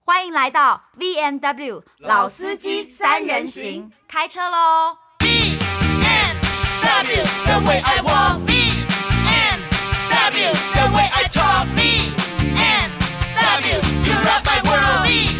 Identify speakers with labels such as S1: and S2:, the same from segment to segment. S1: 欢迎来到 V N W 老司机三人行，开车喽！
S2: B and W, the way I walk. B and W, the way I talk. B and W, you rock my world. B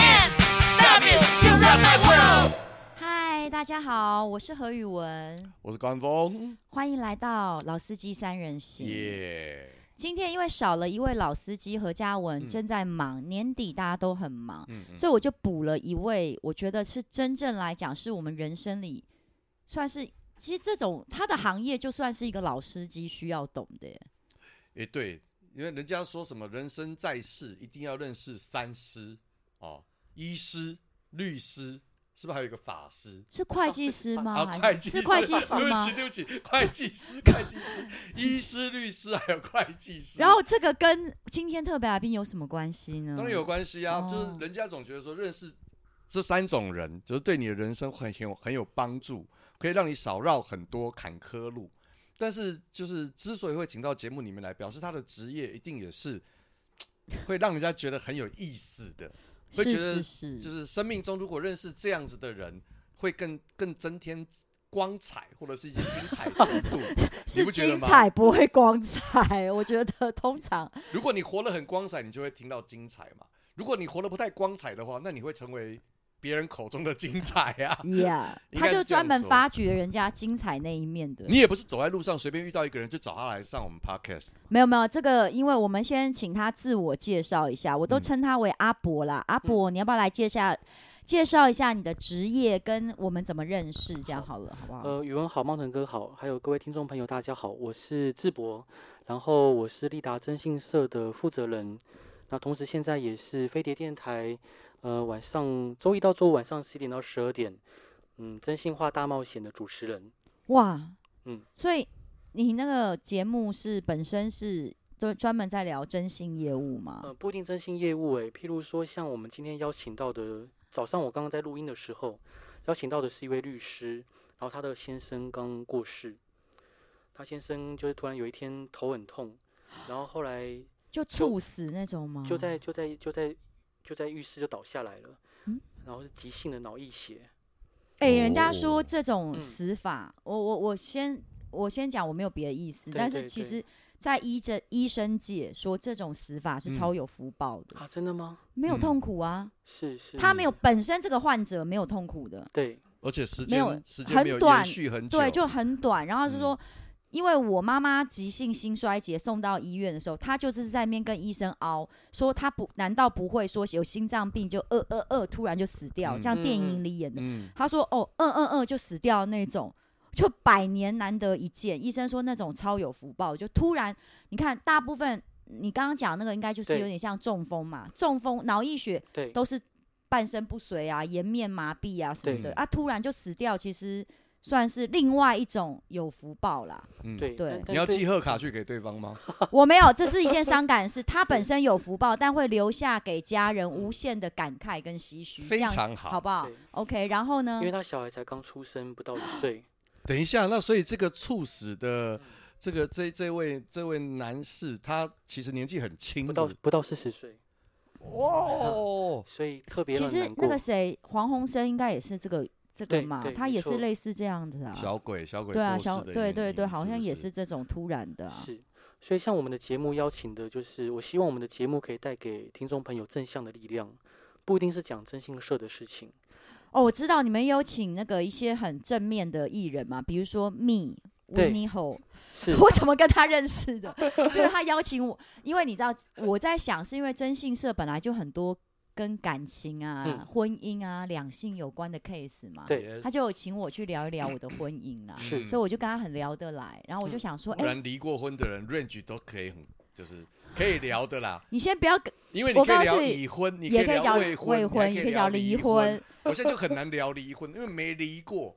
S2: and W, you rock my world.
S1: 嗨，大家好，我是何宇文，
S3: 我是关峰，
S1: 欢迎来到老司机三人行。
S3: 耶、
S1: 今天因为少了一位老司机何嘉文
S3: 嗯
S1: 正在忙，年底大家都很忙，
S3: 嗯嗯，
S1: 所以我就补了一位，我觉得是真正来讲是我们人生里算是。其实这种他的行业就算是一个老司机需要懂的耶，
S3: 也对，因为人家说什么人生在世一定要认识三师哦，医师、律师，是不是还有一个法师？
S1: 是会计师吗？
S3: 啊，
S1: 还
S3: 会计
S1: 是
S3: 师，
S1: 会计师
S3: 对不
S1: 吗
S3: 起，？对不起，会计师，会 计师，医师、律师，还有会计师。
S1: 然后这个跟今天特别来宾有什么关系呢？
S3: 当然有关系啊，
S1: 哦
S3: 就是人家总觉得说认识这三种人，就是对你的人生很很有很有帮助，可以让你少绕很多坎坷路。但是就是之所以会请到节目里面来，表示他的职业一定也是会让人家觉得很有意思的，
S1: 是，
S3: 会觉得
S1: 是
S3: 就是是生命中如果认识这样子的人，会更更增添光彩或者是一些精彩程度。
S1: 是
S3: 不觉得
S1: 精
S3: 吗
S1: 彩不会光彩，我觉得通常
S3: 如果你活得很光彩，你就会听到精彩嘛。如果你活得不太光彩的话，那你会成为别人口中的精彩 啊。
S1: ，Yeah，
S3: 应
S1: 他
S3: 该是
S1: 就
S3: 这
S1: 专
S3: 样
S1: 门
S3: 说
S1: 发掘人家精彩那一面的。
S3: 你也不是走在路上随便遇到一个人就找他来上我们 podcast，
S1: 没有没有，这个因为我们先请他自我介绍一下，我都
S3: 嗯
S1: 称他为阿伯啦。阿伯，你要不要来介绍介绍一下你的职业跟我们怎么认识？这样好了，好不好？
S4: 呃，语文好，猫腾哥好，还有各位听众朋友，大家好，我是智博，然后我是利达征信社的负责人，那同时现在也是飞碟电台，呃，晚上周一到周五晚上十点到十二点，嗯，真心话大冒险的主持人，
S1: 哇，
S4: 嗯
S1: 所以你那个节目是本身是都专门在聊征信业务吗？
S4: 呃，不一定征信业务诶，譬如说像我们今天邀请到的，早上我刚刚在录音的时候，邀请到的是一位律师，然后他的先生刚过世，他先生就是突然有一天头很痛，然后后来。
S1: 就猝死那种吗？
S4: 就在就在就在就在浴室就倒下来了，
S1: 嗯
S4: 然后是急性的脑溢血，
S1: 哎、人家
S3: 哦
S1: 说这种
S4: 嗯
S1: 死法，我我我先我先讲，我没有别的意思，
S4: 对
S1: 但是
S4: 对
S1: 其
S4: 对
S1: 实，在医这医生界说这种死法是超
S3: 嗯
S1: 有福报的，
S4: 啊，真的吗？
S1: 没有
S3: 嗯
S1: 痛苦啊，
S4: 是是，
S1: 他没有本身这个患者没有痛苦的，
S4: 对，
S3: 而且时
S1: 没有
S3: 间时间没有
S1: 很短
S3: 延续很久，
S1: 对，就很短。然后就
S3: 嗯
S1: 说，因为我妈妈急性心衰竭送到医院的时候，她就是在面跟医生熬，说她不难道不会说有心脏病就呃呃呃突然就死掉，
S3: 嗯
S1: 像电
S4: 嗯
S1: 影
S4: 嗯
S1: 里演的。
S3: 嗯，
S1: 她说哦嗯嗯嗯就死掉那种。就百年难得一见，医生说那种超有福报，就突然你看，大部分你刚刚讲那个应该就是
S4: 对
S1: 有点像中风嘛，中风、脑溢血
S4: 对，
S1: 都是半身不遂啊、颜面麻痹啊什么的
S4: 对
S1: 啊，突然就死掉，其实算是另外一种有福报啦。
S3: 嗯，
S4: 对
S1: 对
S4: 但
S3: 你要
S4: 但对
S3: 寄贺卡去给对方 吗？
S1: 我没有，这是一件伤感事，他本身有福报，但会留下给家人无限的感慨跟唏嘘，
S3: 非
S1: 这样
S3: 常
S1: 好
S3: 好。
S1: 不好
S4: 对
S1: ？OK，然后呢
S4: 因？为他小孩才刚出生不到一岁，
S3: 等一下，那所以这个猝死的这个这这位这位男士，他其实年纪很
S1: 嗯
S3: 轻，
S4: 不到
S3: 是
S4: 不到四十岁，
S3: 不是 哦，
S4: 所以特别
S1: 其
S4: 让人
S1: 实
S4: 难
S1: 那
S4: 过
S1: 个。谁，黄鸿升应该也是这个这个
S4: 对
S1: 嘛
S4: 对，
S1: 他
S4: 没
S1: 也是
S4: 错
S1: 类似这样的啊。
S3: 小鬼小鬼
S1: 对啊，
S3: 过世
S1: 小
S3: 的
S1: 对
S3: 原
S1: 对
S3: 因
S1: 对，好像
S3: 不
S1: 也是这种突然的啊。
S4: 是，所以像我们的节目邀请的，就是我希望我们的节目可以带给听众朋友正向的力量，不一定是讲征信社的事情，
S1: 哦，我知道你们有请那个一些很正面的艺人嘛，比如说 me。维
S4: 对
S1: 尼吼，
S4: 是
S1: 我怎么跟他认识的？ 是因为他邀请我，因为你知道我在想，是因为征信社本来就很多跟感情啊、
S4: 嗯
S1: 婚姻啊、两性有关的 case 嘛，
S4: 对
S3: 也
S1: 他就有请我去聊一聊我的婚姻啊，
S4: 是
S1: 所以我就跟他很聊得来。然后我就
S4: 嗯
S1: 想说，
S3: 不
S1: 哎、
S3: 然离过婚的人 range 都可以很就是可以聊 的啦，
S1: 你先不要跟，
S3: 因为你
S1: 我
S3: 可以
S1: 告诉
S3: 聊
S1: 你
S3: 已婚，你
S1: 也可以聊
S3: 聊未婚，
S1: 未
S3: 你还
S1: 婚，也
S3: 可以
S1: 聊
S3: 离
S1: 离婚。。
S3: 我现在就很难聊离婚，因为没离过。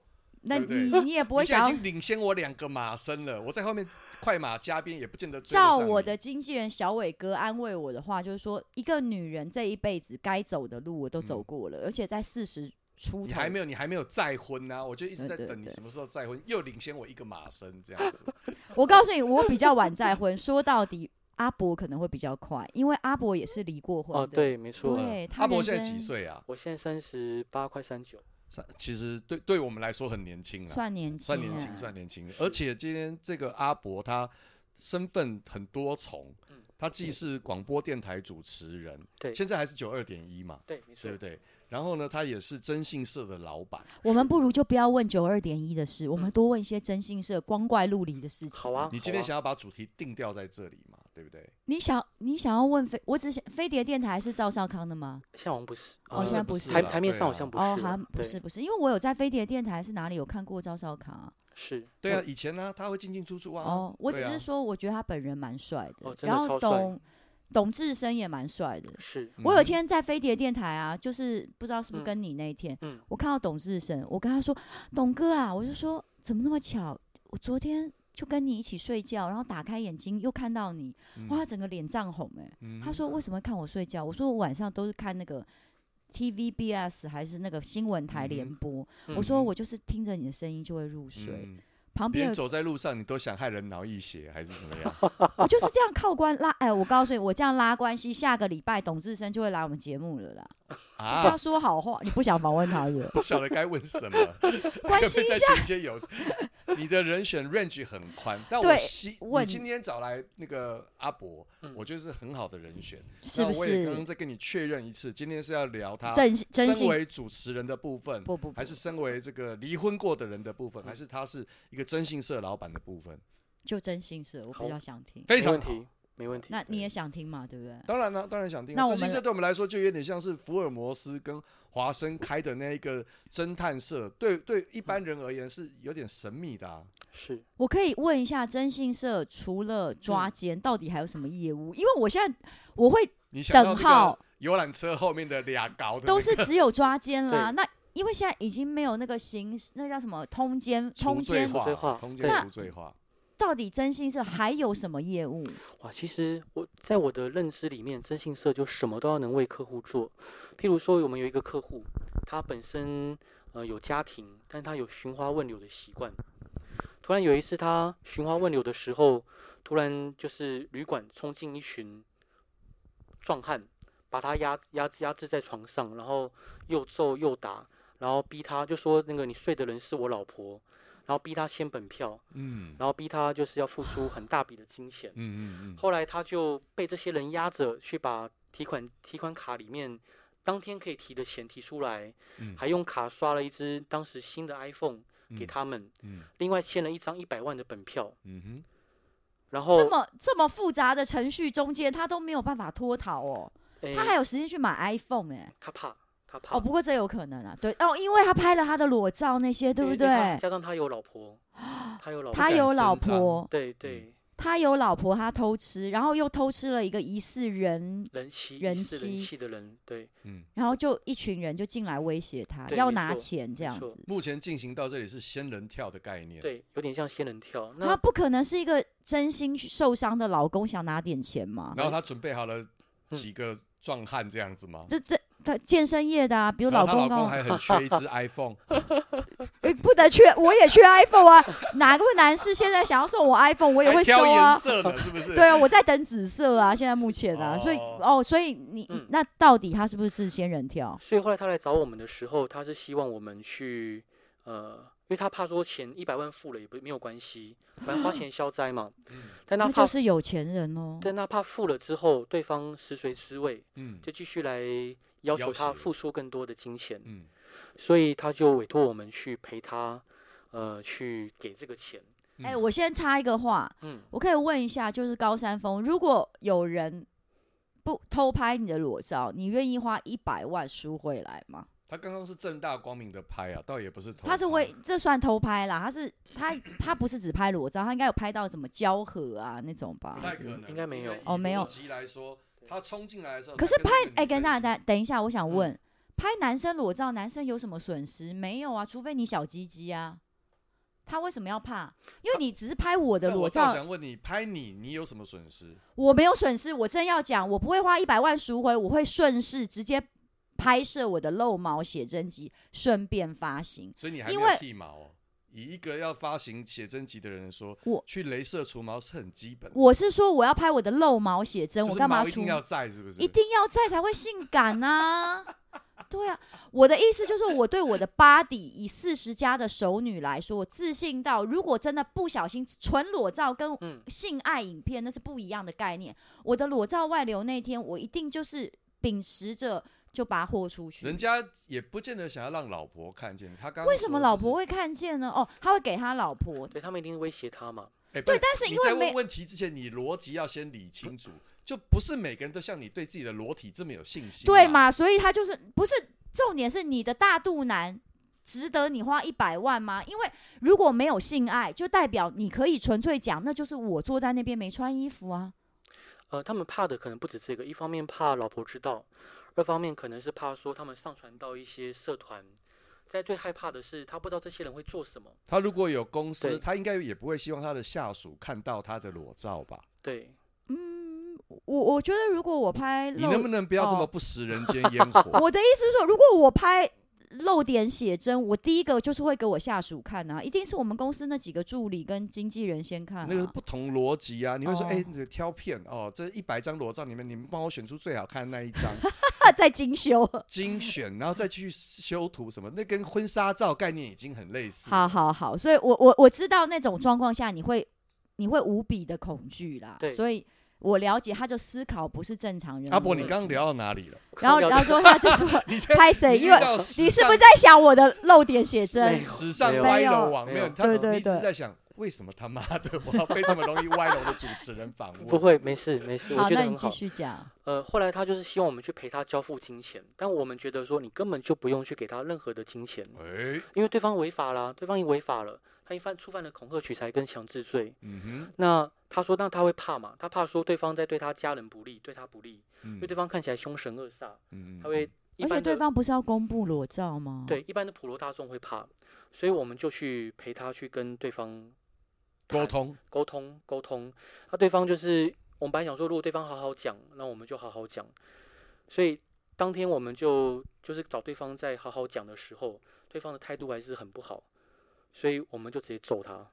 S1: 那
S3: 对不对
S1: 你你也不会
S3: 你现
S1: 想
S3: 在
S1: 要
S3: 已经领先我两个马身了，我在后面快马加鞭也不见得追得
S1: 照
S3: 上
S1: 我
S3: 你
S1: 的经纪人小伟哥安慰我的话，就是说，一个女人这一辈子该走的路我都走过了，而且在四十出头，
S3: 嗯你还没有，你还没有再婚啊呐、我就一直
S1: 对
S3: 在
S1: 对
S3: 等你
S1: 对
S3: 什么时候再婚，又领先我一个马身这样子。
S1: 我告诉你，我比较晚再婚，说到底阿伯可能会比较快，因为阿伯也是离过婚的。
S4: 哦，对，没 错。
S1: 对
S3: 嗯
S1: 他
S3: 阿伯
S1: 人
S3: 现在几
S1: 生
S3: 岁啊？
S4: 我现在三十八，快三九。
S3: 三其实对对我们来说很年轻了，啊
S1: 算年轻
S3: 嗯算
S1: 了，
S3: 年轻，算年轻。而且今天这个阿伯他身份很多重，
S1: 嗯
S3: 他既是广播电台主持人，
S4: 对
S3: 现在还是九二点一嘛，
S4: 对，没错
S3: 对不。对？然后呢，他也是征信社的老板，
S1: 我们不如就不要问九二点一的事，我们
S4: 嗯
S1: 多问一些征信社光怪陆离的事情。
S4: 好啊，
S3: 你
S4: 好
S3: 今天
S4: 啊
S3: 想要把主题定调在这里嘛，对不对？
S1: 你想你想要问飞，我只想飞碟电台是赵少康的吗？
S4: 现在好像不是，
S1: 哦
S4: 呃
S1: 现在不是
S4: 台
S3: 了
S4: 台面
S3: 对
S4: 上好
S3: 啊
S4: 像不是
S1: 哦，
S4: 了，
S1: 好像不
S4: 对
S1: 是不是，因为我有在飞碟电台是哪里有看过赵少康啊？
S4: 是，
S3: 对啊，以前呢、他会进进出出啊。
S1: 哦，我只
S3: 对啊
S1: 是说我觉得他本人蛮帅的，
S4: 哦真的
S1: 然后
S4: 超帅
S1: 董董志生也蛮帅的。
S4: 是，
S1: 我有一
S3: 嗯
S1: 天在飞碟电台啊，就是不知道是不是
S4: 嗯
S1: 跟你那一天，
S4: 嗯
S1: 我看到董志生，我跟他说：“董哥啊，我就说怎么那么巧，我昨天就跟你一起睡觉，然后打开眼睛又看到你，
S4: 嗯
S1: 哇，他整个脸涨红哎、
S3: 嗯
S1: 他说为什么看我睡觉？我说我晚上都是看那个 TVBS 还是那个新闻台联
S3: 嗯
S1: 播，
S4: 嗯
S1: 我说我就是听着你的声音就会入睡，
S3: 嗯
S1: 旁边
S3: 连
S1: 有
S3: 走在路上你都想害人脑溢血还是怎 么样？
S1: 我就是这样靠关拉，哎，我告诉你，我这样拉关系，下个礼拜董志生就会来我们节目了啦。就是
S3: 啊，
S1: 要，说好话，你不想访问他的
S3: 不晓得该问什么。
S1: 关
S3: 可不
S1: 心
S3: 可以
S1: 一
S3: 再
S1: 下。
S3: 请一些有？你的人选 range 很宽，但我
S1: 对
S3: 希你
S1: 问
S3: 今天找来那个阿伯，
S4: 嗯
S3: 我觉得是很好的人选。
S1: 是不
S3: 那我也刚刚
S1: 是？
S3: 再跟你确认一次，今天是要聊他
S1: 真真
S3: 身
S1: 心
S3: 为主持人的部分，
S1: 不不不
S3: 还是身为这个离婚过的人的
S4: 嗯
S3: 部分，还是他是一个征信社老板的部分？
S1: 就真心社，我比
S4: 好
S1: 较想听。
S3: 非
S4: 没
S3: 常
S4: 问
S3: 好。
S4: 题，没问题。
S1: 那你也
S3: 对
S1: 想听嘛？对不对？
S3: 当然了、当然想听啊。
S1: 那我
S3: 征
S1: 们
S3: 信社对我们来说就有点像是福尔摩斯跟华生开的那一个侦探社，对对，一般人而言是有点神秘的、啊。
S4: 是，
S1: 我可以问一下，征信社除了抓奸，到底还有什么业务？因为我现在我会
S3: 你想到
S1: 等
S3: 那
S1: 号
S3: 个游览车后面的俩搞的、
S1: 都是只有抓奸啦。
S4: 对
S1: 那因为现在已经没有那个刑，那叫什么通奸？通
S3: 除罪
S1: 奸
S3: 化，
S4: 通奸
S3: 通
S4: 对
S3: 奸除罪化。
S1: 到底征信社还有什么业务？
S4: 哇，其实我在我的认知里面，征信社就什么都要能为客户做。譬如说，我们有一个客户，他本身呃有家庭，但他有寻花问柳的习惯。突然有一次，他寻花问柳的时候，突然就是旅馆冲进一群壮汉，把他压压压制在床上，然后又揍又打，然后逼他就说那个你睡的人是我老婆，然后逼他签本票，
S3: 嗯
S4: 然后逼他就是要付出很大笔的金钱。
S3: 嗯嗯
S4: 后来他就被这些人压着去把提款提款卡里面当天可以提的钱提出来，
S3: 嗯
S4: 还用卡刷了一只当时新的 iPhone 给他们，
S3: 嗯
S4: 另外签了一张一百万的本票，
S3: 嗯哼，
S4: 然
S1: 这
S4: 后
S1: 么这么复杂的程序中间，他都没有办法脱逃哦。
S4: 诶
S1: 他还有时间去买 iPhone 哎、
S4: 他怕他怕
S1: 哦，不过这有可能啊，对哦，因为他拍了他的裸照那些，对
S4: 因
S1: 不
S4: 为因为他
S1: 对？
S4: 加上他有老 婆，他有老婆
S1: 他，有老
S3: 不敢声
S1: 婆
S3: 张，
S4: 对
S3: 嗯
S4: 对，
S1: 他有老婆，他偷吃，然后又偷吃了一个疑似人，
S4: 人妻
S1: 人
S4: 疑似人
S1: 妻
S4: 妻的人，对，
S3: 嗯。
S1: 然后就一群人就进来威胁他，
S4: 对
S1: 要
S4: 没
S1: 拿
S4: 错
S1: 钱这
S4: 没
S1: 样
S4: 错
S1: 子。
S3: 目前进行到这里是仙人跳的概念。，
S4: 对，有点像仙人跳。
S1: 他
S4: 那
S1: 不可能是一个真心受伤的老公想拿点钱嘛？
S3: 然后他准备好了几个壮汉这样子吗？
S1: 这这他健身业的啊，比如老
S3: 然后她
S1: 公
S3: 老
S1: 刚
S3: 公
S1: 好
S3: 还很缺一 只 iPhone，
S1: 诶不得缺，我也缺 iPhone 啊！哪个男士现在想要送我 iPhone，我也会
S3: 还
S1: 收
S3: 挑颜
S1: 啊。
S3: 色呢，是不是？
S1: 对啊，我在等紫色啊，现在目前啊，
S3: 哦
S1: 所以哦，所以你、
S4: 嗯
S1: 那到底他是不是仙人跳？
S4: 所以后来他来找我们的时候，他是希望我们去，呃，因为他怕说钱一百万付了也不没有关系，反正花钱消灾嘛。但他
S1: 那
S4: 怕，
S1: 就是有钱人哦。
S4: 但他怕付了之后，对方食髓知味，
S3: 嗯
S4: 就继续来要求
S3: 要
S4: 他
S3: 挟
S4: 付出更多的金钱，
S3: 嗯
S4: 所以他就委托我们去陪他，呃，去给这个钱。
S3: 嗯
S1: 哎、我先插一个话，
S4: 嗯，
S1: 我可以问一下，就是高山峰，如果有人不偷拍你的裸照，你愿意花一百万赎回来吗？
S3: 他刚刚是正大光明的拍啊，倒也不是偷拍。
S1: 他是为这算偷拍啦，他是他他不是只拍裸照，他应该有拍到什么交合啊那种吧？
S3: 不太可能，
S4: 应该没有
S3: 以
S1: 哦没有
S3: 逻辑来说，他冲进来的时候，
S1: 可是
S3: 他跟
S1: 拍
S3: 那个女
S1: 哎，跟
S3: 生
S1: 大
S3: 已
S1: 家
S3: 经
S1: 等一下，我想
S4: 嗯
S1: 问，拍男生裸照，男生有什么损失？没有啊，除非你小鸡鸡啊。他为什么要怕？因为你只是拍我的
S3: 但
S1: 裸
S3: 我倒
S1: 照，
S3: 想问你，拍你，你有什么损失？
S1: 我没有损失。我正要讲，我不会花一百万赎回，我会顺势直接拍摄我的露毛写真集，顺便发行。
S3: 所以你还没
S1: 因
S3: 有
S1: 为
S3: 剃毛哦。以一个要发行写真集的人说，
S1: 我
S3: 去镭射除毛是很基本的，
S1: 我是说我要拍我的露毛写真，
S3: 就
S1: 我
S3: 是
S1: 干嘛
S3: 毛一
S1: 出
S3: 定要在，是不是？
S1: 一定要在才会性感呐、 对啊，我的意思就是，我对我的 body 以四十加的熟女来说，我自信到如果真的不小心纯裸照跟
S4: 嗯
S1: 性爱影片那是不一样的概念。我的裸照外流那天，我一定就是秉持着就把它豁出去。
S3: 人家也不见得想要让老婆看见他刚刚
S1: 为什么老婆
S3: 会？
S1: 会看见呢？哦，他会给他老婆，
S4: 对他们一定威胁他嘛。
S3: 哎，不
S1: 对，但是
S3: 你
S1: 因为
S3: 在
S1: 没
S3: 问问题之前，你逻辑要先理清楚，就不是每个人都像你对自己的裸体这么有信心，啊
S1: 对？嘛，所以他就是不是重点是你的大肚腩值得你花一百万吗？因为如果没有性爱，就代表你可以纯粹讲，那就是我坐在那边没穿衣服啊。
S4: 呃，他们怕的可能不止这个，一方面怕老婆知道，二方面可能是怕说他们上传到一些社团，在最害怕的是他不知道这些人会做什么。
S3: 他如果有公
S4: 对
S3: 司，他应该也不会希望他的下属看到他的裸照吧？
S4: 对，
S1: 嗯，我我觉得如果我拍
S3: 你
S1: 露，
S3: 能不能不要这么
S1: 哦
S3: 不食人间烟火？
S1: 我的意思是说，如果我拍。露点写真，我第一个就是会给我下属看啊，一定是我们公司那几个助理跟经纪人先看、啊。
S3: 那个是不同逻辑啊！你会说，
S1: 哦
S3: 哎，你挑片哦，这一百张裸照里面，你们帮我选出最好看的那 一张，
S1: 在精修。
S3: 精选，然后再去修图什么，那跟婚纱照概念已经很类似。
S1: 好，好好，所以我我我知道那种状况下你会你会无比的恐惧啦
S4: 对，
S1: 所以我了解他就思考不是正常人。
S3: 阿伯，你刚刚，聊到哪 里了？
S1: 然后
S4: 聊
S1: 然后 说他就说
S3: 你在
S1: 拍谁？
S3: 你
S1: 因为
S3: 遇到
S1: 你
S3: 时
S1: 是不是
S3: 尚
S1: 在想我的露点写真
S4: 没？有
S3: 史上
S4: 没有
S3: 歪
S1: 没
S3: 楼
S1: 有
S3: 王
S4: 没
S3: 没有
S4: 有？
S3: 他
S1: 对
S3: 只
S1: 对
S3: 一直
S1: 对
S3: 在想，为什么他妈的我要被这么容易歪楼的主持人访问？
S4: 不，会，没事没事，我
S1: 好，
S4: 觉得
S1: 那你
S4: 很
S1: 继
S4: 好。
S1: 续讲。
S4: 呃，后来他就是希望我们去陪他交付金钱，但我们觉得说你根本就不用去给他任何的金钱，
S3: 哎，
S4: 因为对方违法啦，对方已违法了，他一犯触犯了恐吓取财跟强制罪。
S3: 嗯
S4: 那他说，那他会怕嘛？他怕说对方在对他家人不利，对他不利，
S3: 哼，嗯
S4: 因为对方看起来凶神恶煞，
S3: 嗯
S4: 他会一
S1: 而且
S4: 般
S1: 对
S4: 的
S1: 方不是要公布裸照吗？，
S4: 对一般的普罗大众会怕，所以我们就去陪他去跟对方
S3: 沟
S4: 谈
S3: 通，
S4: 沟通沟通。那对方就是我们本来想说，如果对方好好讲，那我们就好好讲。所以当天我们就就是找对方在好好讲的时候，对方的态度还是很不好，所以我们就直接揍他。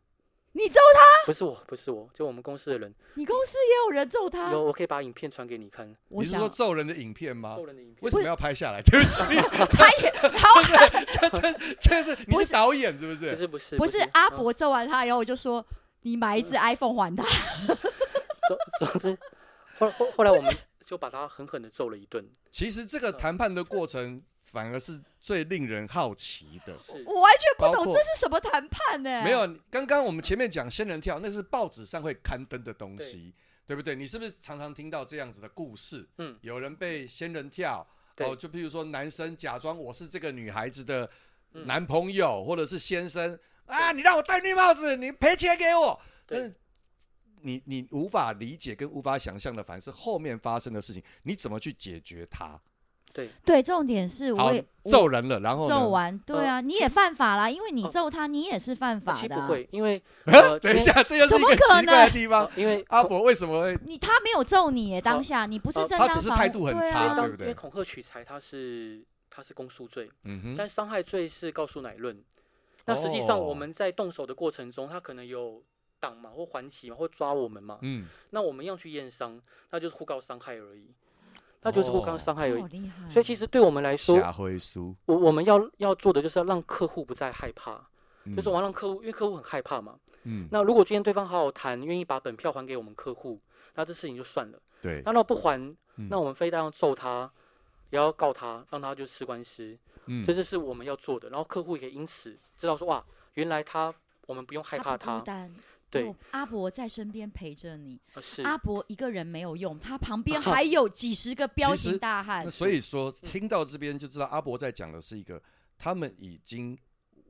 S1: 你揍
S4: 不是我，不是我，就我们公司的人。
S1: 他，你公司也有人揍他
S4: 有，。我可以把影片传给你看，
S1: 我
S3: 你是
S1: 想
S3: 说揍人的影片吗
S4: 啊揍？人的影 片
S3: 为。什么要拍下来？对不起，
S1: 他也
S3: 这这这是你
S1: 不
S3: 是
S1: 是
S3: 导演是不
S4: 不
S3: 是？
S4: 是不是
S1: 不是阿
S4: 嗯
S1: 伯揍完他以后，我就说你买一只 iPhone 还他。
S4: 总总之，后后后来我们就把他狠狠的揍了一顿。
S3: 其实这个谈判的过程反而是最令人好奇的。
S4: 是
S1: 我完全不
S3: 包
S1: 懂
S3: 括
S1: 这是什么谈判呢？
S3: 没有，刚刚我们前面讲仙人跳，那是报纸上会刊登的东西，对不对？你是不是常常听到这样子的故事？
S4: 嗯
S3: 有人被仙人跳，
S4: 对
S3: 哦，就譬如说男生假装我是这个女孩子的
S4: 嗯
S3: 男朋友、或者是先生啊，你让我戴绿帽子，你赔钱给我。但
S4: 对
S3: 是你你无法理解跟无法想象的，反而是后面发生的事情，你怎么去解决它？
S4: 对，
S1: 对，重点是
S3: 好
S1: 我也，我
S3: 揍人了，然后呢嗯
S1: 揍完，对啊，你也犯法啦，因为你
S4: 哦
S1: 揍他，你也是犯法
S4: 其实
S1: 的、
S4: 不
S1: 啊。
S4: 会，因 为呃，
S3: 等一
S4: 今天，
S3: 下， 这又是一
S1: 怎
S3: 个
S1: 么可
S3: 奇怪的
S1: 能
S3: 地方
S4: 呃。因为
S3: 阿
S4: 恐
S3: 伯为什么会
S1: 你他没有揍你耶，当下你不是
S4: 哦
S1: 正
S3: 啊他
S1: 当
S3: 只是
S1: 防
S3: 态
S1: 卫
S3: 度很
S1: 对
S3: 差
S4: 因为
S1: 啊
S3: 对
S4: 当
S3: 不
S4: 因
S3: 对
S4: 为恐吓取财它是它是公诉罪，
S3: 嗯哦哼
S4: 但伤害罪是告诉乃论。那实际上我们在动手的过程中，他可能有挡嘛，或还击嘛，或抓我们嘛。
S3: 嗯，
S4: 那我们一样去验伤，那就是互告伤害而已，那就是互告
S3: 哦
S4: 伤害而已
S1: 好。厉害。
S4: 所以其实对我们来说，
S3: 霞辉书，
S4: 我我们要要做的就是要让客户不再害怕，
S3: 嗯
S4: 就是我要让客户，因为客户很害怕嘛。
S3: 嗯，
S4: 那如果今天对方好好谈，愿意把本票还给我们客户，那这事情就算了。
S3: 对
S4: 那，如果不还
S3: 嗯，
S4: 那我们非但要揍他，也要告他，让他就吃官司，
S3: 嗯
S4: 这就是我们要做的。然后客户也因此知道说，哇，原来他我们不用害怕
S1: 不
S4: 他
S1: 孤，单，哦
S4: 对
S1: 有，阿伯在身边陪着你。
S4: 呃是
S1: 阿伯一个人没有用，他旁 边还有几十个彪
S3: 其
S1: 形
S3: 实
S1: 大汉
S3: 那。所以说，
S4: 嗯
S3: 听到这边就知道阿伯在讲的是一个，他们已经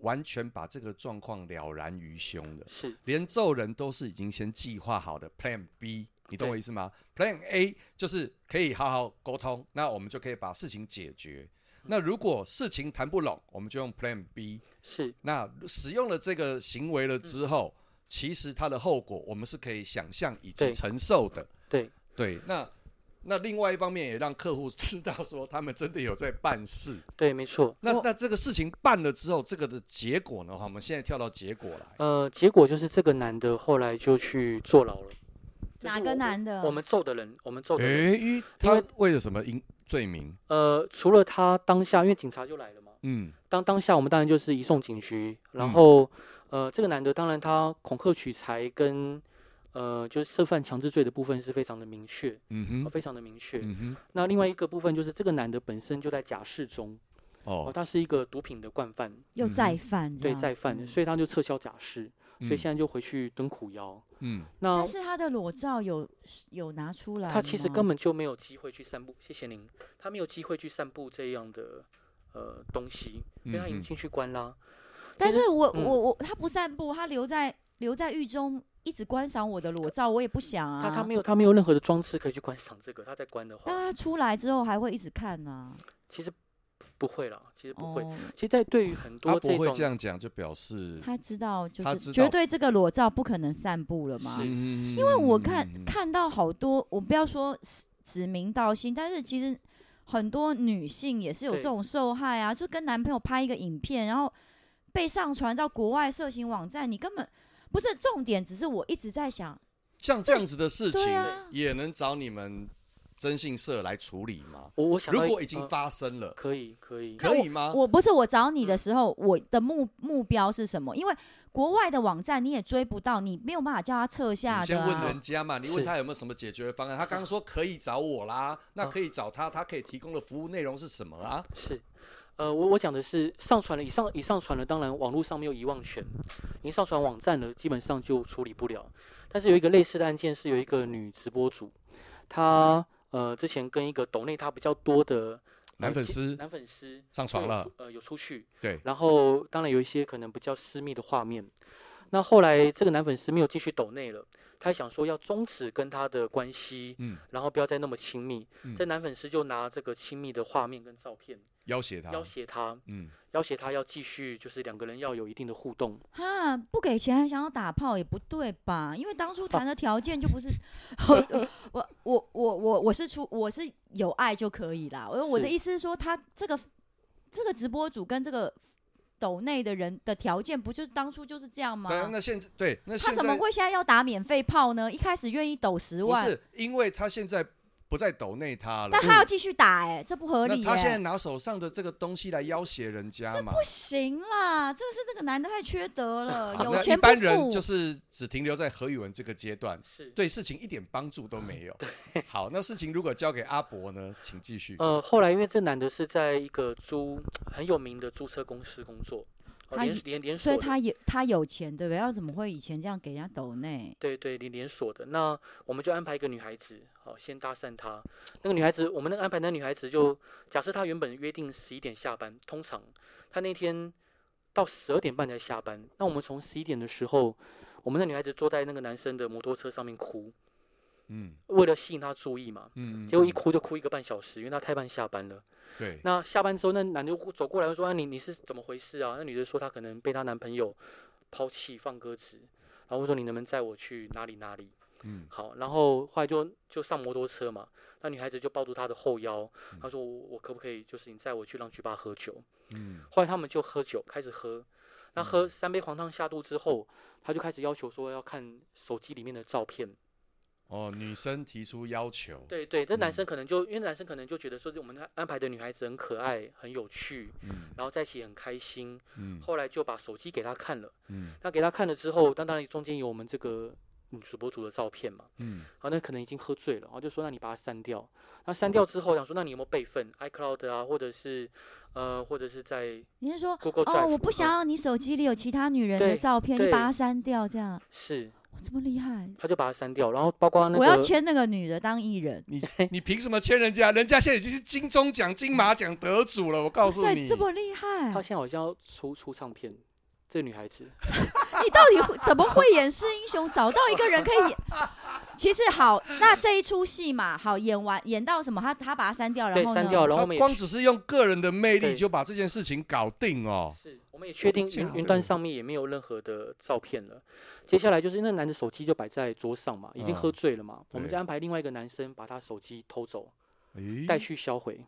S3: 完全把这个状况了然于胸了，
S4: 是
S3: 连揍人都是已经先计划好的 Plan B，你懂
S4: 对
S3: 我意思吗？Plan A 就是可以好好沟通，那我们就可以把事情解决。那如果事情谈不拢，我们就用 Plan B。
S4: 是
S3: 那使用了这个行为了之后，其实它的后果我们是可以想象以及
S4: 嗯对
S3: 承受的。
S4: 对
S3: 对，那那另外一方面也让客户知道说他们真的有在办事。
S4: 对，没错。
S3: 那
S1: 我
S3: 那这个事情办了之后，这个的结果呢？哈，我们现在跳到结果来。
S4: 呃，结果就是这个男的后来就去坐牢了。就是
S1: 哪个
S4: 我
S1: 男的？
S4: 我们揍的人，我们揍的人。
S3: 诶，他为了什么因罪名？
S4: 呃，除了他当下，因为警察就来了嘛，
S3: 嗯，
S4: 当当下我们当然就是移送警局，
S3: 嗯
S4: 然后、呃，这个男的当然他恐吓取财跟呃就是涉犯强制罪的部分是非常的明确，
S3: 嗯
S4: 呃
S3: 哼，
S4: 非常的明确。
S3: 嗯
S4: 那另外一个部分就是这个男的本身就在假释中，
S3: 哼，
S4: 哦，
S3: 哦，
S4: 他是一个毒品的惯犯，
S1: 又再犯，
S4: 嗯对再
S3: 嗯
S4: 犯，所以他就撤销假释，所以现在就回去蹲苦窑。
S3: 嗯，
S4: 那
S1: 但是他的裸照有有拿出来吗，
S4: 他其实根本就没有机会去散布，谢谢您，他没有机会去散布这样的呃东西，因为他已
S3: 嗯哼
S4: 经进去关啦。
S1: 但
S4: 其实
S1: 是我、
S4: 嗯
S1: 我我他不散步，他留在留在狱中一直观赏我的裸照，我也不想啊。
S4: 他他没有他没有任何的装置可以去观赏这个，他在关的
S1: 但
S4: 话，
S1: 他出来之后还会一直看啊。
S4: 其实不会啦，其实不会。
S1: 哦，
S4: 其实，在对于很
S3: 他
S4: 多
S3: 不
S4: 这
S3: 会
S4: 种，
S3: 这样讲，就表示，
S1: 他知道就
S3: 他
S1: 是
S3: 知道
S1: 绝对这个裸照不可能散步了
S3: 嗯
S1: 嘛。
S3: 因
S1: 因为我
S3: 嗯
S1: 看、看到好多，我不要说指指名道姓，但是其实很多女性也是有这
S4: 对
S1: 种受害啊，就跟男朋友拍一个影片，然后被上传到国外色情网站，你根本不是重点，只是我一直在想，
S3: 像这样子的事情欸
S1: 对啊
S3: 也能找你们征信社来处理吗？
S4: 我我想
S3: 如
S4: 到一
S3: 果
S4: 个
S3: 已经
S4: 呃
S3: 发生了，
S4: 可以可以，
S3: 可以吗？
S1: 我不是我找你的
S4: 嗯
S1: 时候，我的目目标是什么？因为国外的网站你也追不到，你没有办法叫他撤下
S3: 你先
S1: 的、
S3: 问人
S1: 啊。
S3: 家嘛，你
S4: 是
S3: 问他有没有什么解决方案？他刚刚说可以找我啦，那
S4: 啊
S3: 可以找他，他可以提供的服务内容是什么啊？
S4: 是。呃，我我讲的是上传了，以上以上传了，当然网络上没有遗忘权，已经上传网站了，基本上就处理不了。但是有一个类似的案件是有一个女直播主，
S3: 嗯
S4: 她呃之前跟一个抖内她比较多的
S3: 男粉丝
S4: 男粉丝
S3: 上床
S4: 有
S3: 了
S4: 出，呃，有出去，
S3: 对
S4: 然后当然有一些可能比较私密的画面。那后来这个男粉丝没有继续抖内了，他想说要终止跟他的关系，
S3: 嗯，
S4: 然后不要再那么亲密。
S3: 嗯
S4: 这男粉丝就拿这个亲密的画面跟照片
S3: 要挟他，
S4: 要挟他，
S3: 嗯，
S4: 要挟他要继续，就是两个人要有一定的互动。
S1: 啊，不给钱还想要打炮也不对吧？因为当初谈的条件就不 是，我我我我我是出我是有爱就可以啦。我我的
S4: 是
S1: 意思是说，他这个这个直播主跟这个抖内的人的条件，不就是当初就是这样吗
S3: 对？啊，那现在对，那
S1: 他
S3: 现
S1: 怎么
S3: 在
S1: 会现在要打免费炮呢？一开始愿意抖十
S3: 不
S1: 万，
S3: 是因为他现在不在抖内他了
S1: 但，他要继续打、哎，这不合理、
S3: 嗯那
S1: 耶。
S3: 他现在拿手上的这个东西来要挟人家嘛
S1: 不？行啦，这个是这个男的太缺德了，
S3: 好
S1: 有
S3: 那
S1: 钱
S3: 一
S1: 不
S3: 般人
S1: 付。
S3: 就是只停留在何宇文这个阶段，
S4: 是，
S3: 对事情一点帮助都没有。好，那事情如果交给阿伯呢，请继续。
S4: 呃，后来因为这男的是在一个租很有名的租车公司工作，哦
S1: 他
S4: 连
S1: 一
S4: 连连
S1: 所
S4: 锁
S1: 以
S4: 的。
S1: 他有他有钱，对不对？要怎么会以前这样给人家抖内？
S4: 对对，连连锁的。那我们就安排一个女孩子，好，先搭讪她。那个女孩子，我们那个安排那女孩子就，假设她原本约定十一点下班，通常她那天到十二点半才下班。那我们从十一点的时候，我们那女孩子坐在那个男生的摩托车上面哭，
S3: 嗯
S4: 为了吸引他注意嘛。
S3: 嗯，
S4: 结果一
S3: 嗯
S4: 哭就哭一个半小时，因为她太慢下班了。
S3: 对，
S4: 那下班之后，那男的走过来就说：“啊，你你是怎么回事啊？”那女的说她可能被她男朋友抛弃、放鸽子，然后我说：“你能不能载我去哪里哪里？”
S3: 嗯
S4: 好，然后后来就就上摩托车嘛，那女孩子就抱住他的后腰，她说我我可不可以就是你载我去浪曲吧喝酒？
S3: 嗯，
S4: 后来他们就喝酒，开始喝，那喝三杯黄汤下肚之后，他就开始要求说要看手机里面的照片。
S3: 哦，女生提出要求，
S4: 对对，这男
S3: 嗯
S4: 生可能就因为男生可能就觉得说我们安安排的女孩子很可爱、很有趣，
S3: 嗯
S4: 然后在一起很开心，
S3: 嗯
S4: 后来就把手机给他看了。
S3: 嗯
S4: 那给他看了之后，但当然中间有我们这个女主播组的照片嘛。
S3: 嗯
S4: 然后啊那可能已经喝醉了，然后就说那你把它删掉。那
S1: 嗯
S4: 删掉之后，想说那你有没有备份 iCloud 啊，或者是呃，或者是在
S1: 你是说
S4: Google Drive？
S1: 哦，我不想要你手机里有其他女人的
S4: 嗯对
S1: 照片，你
S4: 对
S1: 把它删掉，这样
S4: 是，
S1: 我这么厉害？
S4: 他就把它删掉，然后包括那个
S1: 我要签那个女的当艺人，
S3: 你你凭什么签人家？人家现在已经是金钟奖、金马奖得主了，我告
S1: 哇
S3: 诉
S1: 塞，
S3: 你
S1: 这，么厉害
S4: 他，现在好像要出出唱片，这女孩子
S1: 你到底会怎么会演是英雄？找到一个人可以 演，其实好，那这一出戏嘛，好演完演到什么？他他把它删掉，
S4: 对
S1: 然后呢？
S4: 删掉，然后
S3: 他
S4: 我们也
S3: 光
S4: 去
S3: 只是用个人的魅力
S4: 对
S3: 就把这件事情搞定哦。
S4: 是我们也确定
S3: 假
S4: 云云
S3: 的
S4: 端上面也没有任何的照片了。接下来就是那男的手机就摆在桌上嘛，已经
S3: 嗯
S4: 喝醉了嘛，我们
S3: 对
S4: 就安排另外一个男生把他手机偷走，
S3: 诶
S4: 带去销毁，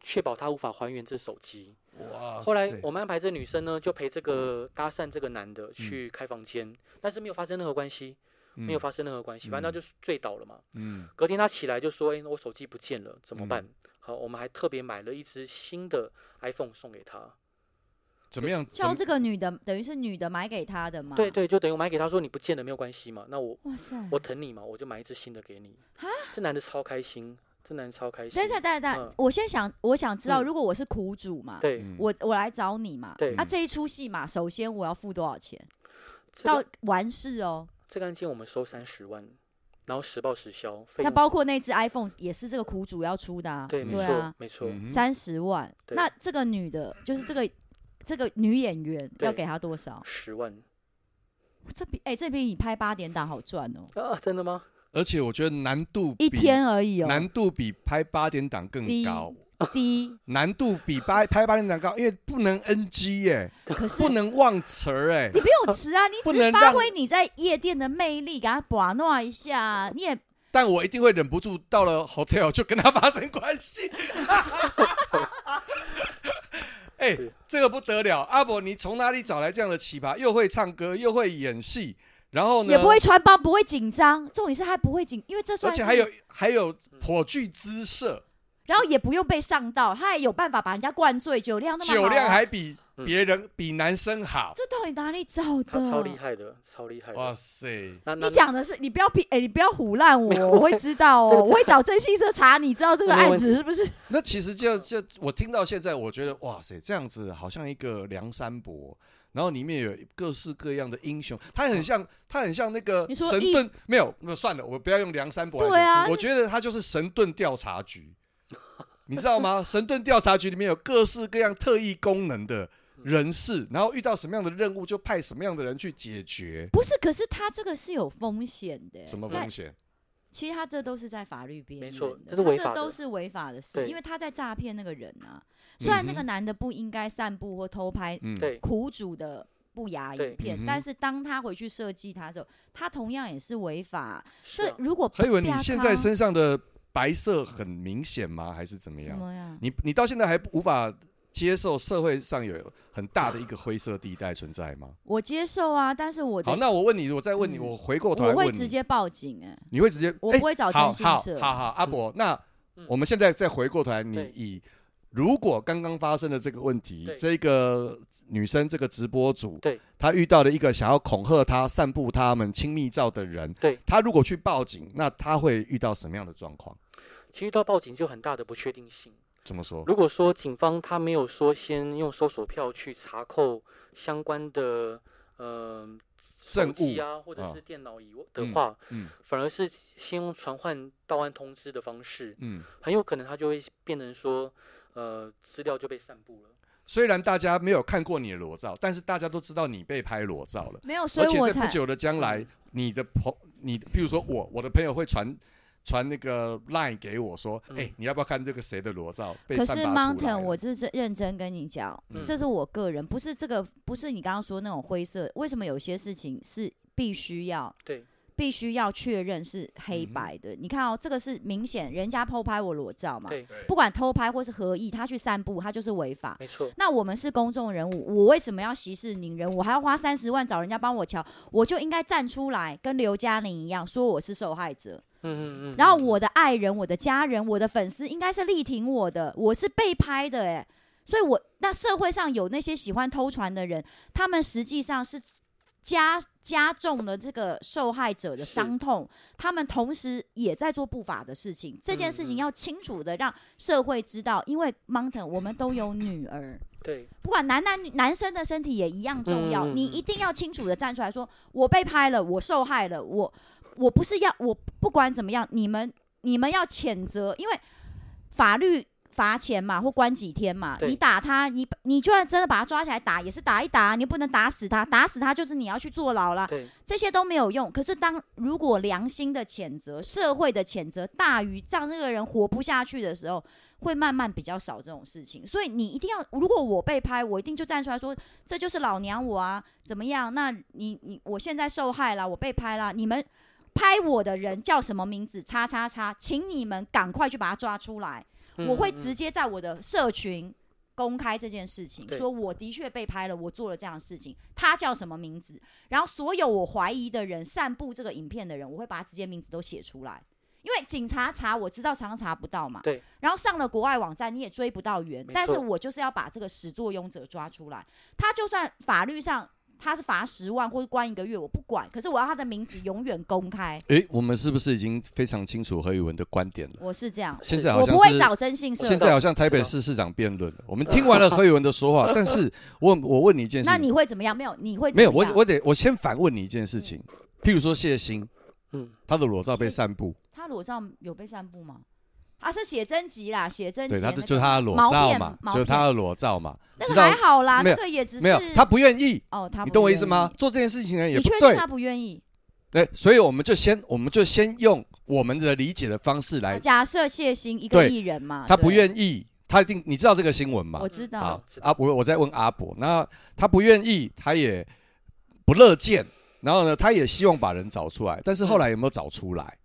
S4: 确保他无法还原这手机。
S3: 哇
S1: 哦
S3: 塞，
S4: 后来我们安排这女生呢，就陪这
S1: 嗯
S4: 个搭讪这个男的去开房间，但是没有发生任何关系，没有
S3: 嗯
S4: 发生任何关系，反正他就是醉倒了嘛。
S3: 嗯
S4: 隔天他起来就说：“哎、我手机不见了，怎么
S3: 嗯
S4: 办？”好，我们还特别买了一只新的 iPhone 送给他。
S3: 怎么样？怎
S1: 像
S3: 么
S1: 这个女的，等于是女的买给他的嘛？
S4: 对，对，就等于我买给他说你不见了没有关系嘛，那我
S1: 哇塞！
S4: 我疼你嘛，我就买一只新的给你。这男的超开心，这男的超开心。
S1: 啊等一下，等一下，等一下
S4: 嗯
S1: 我先想，我想知道，
S4: 嗯
S1: 如果我是苦主嘛，
S4: 对，
S3: 嗯
S1: 我我来找你嘛，
S4: 对
S1: 那、这一出戏嘛，首先我要付多少钱？
S4: 这
S1: 到
S4: 个
S1: 完事哦，
S4: 这个案件我们收三十万，然后实报实销，
S1: 那
S4: 费用
S1: 包括那只 iPhone 也是这个苦主要出的、啊，
S4: 对，没错，
S1: 啊，
S4: 没错。
S3: 嗯
S1: 三十万。
S4: 对
S1: 那这个女的，就是这个这个女演员，
S4: 对
S1: 要给她多少？
S4: 十万
S1: 这比哎、这比你拍八点档好赚哦，
S4: 啊？真的吗？
S3: 而且我觉得难度
S1: 一
S3: 比
S1: 天而已哦，
S3: 难度比拍八点档更
S1: 低
S3: 高，
S1: 低，
S3: 难度比拍拍八点档高，因为不能 NG 耶、
S1: 可是
S3: 不能忘词儿哎，
S1: 你不 用词啊，你
S3: 不
S1: 只是
S3: 能
S1: 发
S3: 让
S1: 挥你在夜店的魅力，给她把弄一下啊，你也
S3: 但我一定会忍不住到了 hotel 就跟他发生关系。 哎、
S4: 是
S3: 这个不得了，阿伯，你从哪里找来这样的奇葩？又会唱歌，又会演戏，然后呢，
S1: 也不会穿帮，不会紧张，重点是还不会紧，因为这
S3: 而
S1: 算
S3: 且
S1: 是，
S3: 还有还有颇具姿色，
S1: 然后也不用被上到，他也有办法把人家灌醉，酒量那么好
S3: 酒量
S1: 啊
S3: 还比
S4: 嗯
S3: 别人、比男生好。
S1: 这到底哪里找
S4: 他
S1: 的？
S4: 超厉害的，超厉害
S3: 哇
S4: 的。
S3: 塞！
S4: 那那
S1: 啊你讲的是你不要骗，哎、你不要唬烂我
S4: 没有，
S1: 我会知道
S4: 这
S1: 哦，
S4: 个
S1: 我会找征信社查，你知道这个
S4: 没有
S1: 案
S4: 问
S1: 子是不是？
S3: 那其实就就我听到现在，我觉得哇塞，这样子好像一个梁山伯，然后里面有各式各样的英雄，他很像他很像那个
S1: 嗯你说
S3: 神
S1: 一
S3: 盾，没有，那算了，我不要用梁山伯来
S1: 对
S3: 说，
S1: 啊
S3: 我觉得他就是神盾调查局， 你知道吗？神盾调查局里面有各式各样特异功能的人士，然后遇到什么样的任务就派什么样的人去解决，
S1: 不是，可是他这个是有风险的，
S3: 什么
S1: 在
S3: 风险？
S1: 其实他这都是在法律边缘的，
S4: 没错
S1: 他
S4: 这
S1: 这
S4: 是违法的
S1: 都是违法的事，
S4: 对
S1: 因为他在诈骗那个人啊。虽然那个男的不应该散布或偷拍
S3: 嗯，
S4: 对
S1: 苦主的不雅
S4: 对
S1: 影
S3: 嗯
S1: 片，
S3: 哼
S1: 但是当他回去设计他的时候，他同样也是违法。
S4: 是
S1: 这
S4: 啊
S1: 如果
S3: 还以为你
S1: 被他
S3: 现在
S1: 看
S3: 身上的白色很明显吗？还是怎么
S1: 什
S3: 样？
S1: 么呀？
S3: 你你到现在还无法接受社会上有很大的一个灰色地带存在吗？
S1: 我接受啊，但是我的
S3: 好，那我问你，我再问你，
S1: 嗯
S3: 我回过头来
S1: 我会
S3: 问
S1: 直
S3: 你，
S1: 接报警哎、
S3: 你会直接，
S1: 我
S3: 哎
S1: 不会找
S3: 好
S1: 征信
S3: 好
S1: 社
S3: 好好，阿伯，那
S4: 嗯
S3: 我们现在再回过头来，你
S4: 对
S3: 以如果刚刚发生的这个问题
S4: 对，
S3: 这个女生这个直播主，
S4: 对，
S3: 她遇到了一个想要恐吓她、散布她们亲密照的人，
S4: 对，
S3: 她如果去报警，那她会遇到什么样的状况？
S4: 其实到报警就很大的不确定性。
S3: 怎么说？
S4: 如果说警方他没有说先用搜索票去查扣相关的呃手
S3: 证
S4: 机
S3: 物
S4: 啊，或者
S3: 啊
S4: 是电脑以外的
S3: 嗯
S4: 话，
S3: 嗯
S4: 反而是先用传唤到案通知的方式，
S3: 嗯。
S4: 很有可能他就会变成说，呃，资料就被散布了。
S3: 虽然大家没有看过你的裸照，但是大家都知道你被拍裸照了，
S1: 没有，所
S3: 而
S1: 以
S3: 且
S1: 我
S3: 在
S1: 才
S3: 不久的将来
S4: 嗯，
S3: 你的朋，你比如说我，我的朋友会传传那个 line 给我说，哎、
S4: 嗯
S3: 你要不要看这个谁的裸照被
S1: 可
S3: 散
S1: 是
S3: 发出来
S1: Mountain，
S3: 了？
S1: 我这是认真跟你讲，
S4: 嗯
S1: 这是我个人，不是这个，不是你刚刚说那种灰色。为什么有些事情是必须要
S4: 对，
S1: 必须要确认是黑
S3: 嗯哼
S1: 白的？你看哦，这个是明显人家偷拍我裸照嘛，
S4: 对，
S1: 不管偷拍或是合意，他去散布，他就是违法。
S4: 没错，
S1: 那我们是公众人物，我为什么要息事宁人？我还要花三十万找人家帮我瞧，我就应该站出来，跟刘嘉玲一样，说我是受害者。
S4: 嗯嗯嗯。
S1: 然后我的爱人、我的家人、我的粉丝应该是力挺我的，我是被拍的哎，所以我那社会上有那些喜欢偷传的人，他们实际上是加加重了这个受害者的
S4: 是
S1: 伤痛，他们同时也在做不法的事情。这件事情
S4: 嗯
S1: 要清楚的让社会知道，因为 Mountain 我们都有女儿。
S4: 对，
S1: 不管男男女男生的身体也一样重要，
S4: 嗯
S1: 你一定要清楚的站出来说，我被拍了，我受害了，我我不是要我不管怎么样，你们你们要谴责，因为法律罚钱嘛，或关几天嘛。
S4: 对
S1: 你打他，你你就算真的把他抓起来打，也是打一打，你又不能打死他，打死他就是你要去坐牢啦。
S4: 对
S1: 这些都没有用。可是当如果良心的谴责、社会的谴责大于让这个人活不下去的时候，会慢慢比较少这种事情。所以你一定要，如果我被拍，我一定就站出来说，这就是老娘我啊，怎么样？那你你我现在受害了，我被拍了，你们。拍我的人叫什么名字？叉叉叉，请你们赶快去把他抓出来。
S3: 嗯
S1: 我会直接在我的社群公开这件事情，
S4: 对
S1: 说我的确被拍了，我做了这样的事情，他叫什么名字？然后所有我怀疑的人、散布这个影片的人，我会把他直接名字都写出来。因为警察查，我知道常常查不到嘛。
S4: 对。
S1: 然后上了国外网站，你也追不到源
S4: 没，
S1: 但是
S4: 错
S1: 我就是要把这个始作俑者抓出来。他就算法律上他是罚十万或者关一个月，我不管，可是我要他的名字永远公开。
S3: 诶，我们是不是已经非常清楚何宇文的观点了？
S1: 我是这样，
S4: 是
S3: 现在好
S1: 我
S3: 像
S1: 不会
S3: 是
S1: 找征信社
S3: 现
S1: 的。
S3: 在好像台北市市长辩论了。我们听完了何宇文 的说话，但是我我问你一件事
S1: 那
S3: 情，
S1: 你会怎么样？没有，你会怎
S3: 没有
S1: 么
S3: 我
S1: 样嗯
S3: 我得我先反问你一件事情，譬如说谢欣，
S4: 嗯，
S3: 他的裸照被散布，
S1: 他裸照有被散布吗？啊，是写真集啦，写真集、
S3: 对，
S1: 那
S3: 他
S1: 个
S3: 的就是他的裸
S1: 毛
S3: 照
S1: 片
S3: 嘛，
S1: 毛
S3: 就是
S1: 片
S3: 他的裸照嘛，
S1: 那
S3: 知
S1: 个
S3: 道
S1: 还好啦，
S3: 没
S1: 那
S3: 有
S1: 个也只是
S3: 没有？他不愿意，
S1: 哦，他
S3: 你
S1: 不
S3: 懂我意
S1: 愿
S3: 思吗
S1: 意？？
S3: 做这件事情的人也
S1: 你
S3: 不
S1: 确定
S3: 对
S1: 他，不愿意？
S3: 对，所以我们就先我们就先用我们的理解的方式来，
S1: 啊假设谢欣一个
S3: 哎对
S1: 艺人嘛，
S3: 他不
S1: 啊对，
S3: 愿意，他一定你知道这个新闻吗？
S1: 我知
S3: 好
S1: 道，，
S3: 阿伯，我在问阿伯，那他不愿意，他也不乐见，然后呢，他也希望把人找出来，但是后来有没有找出来？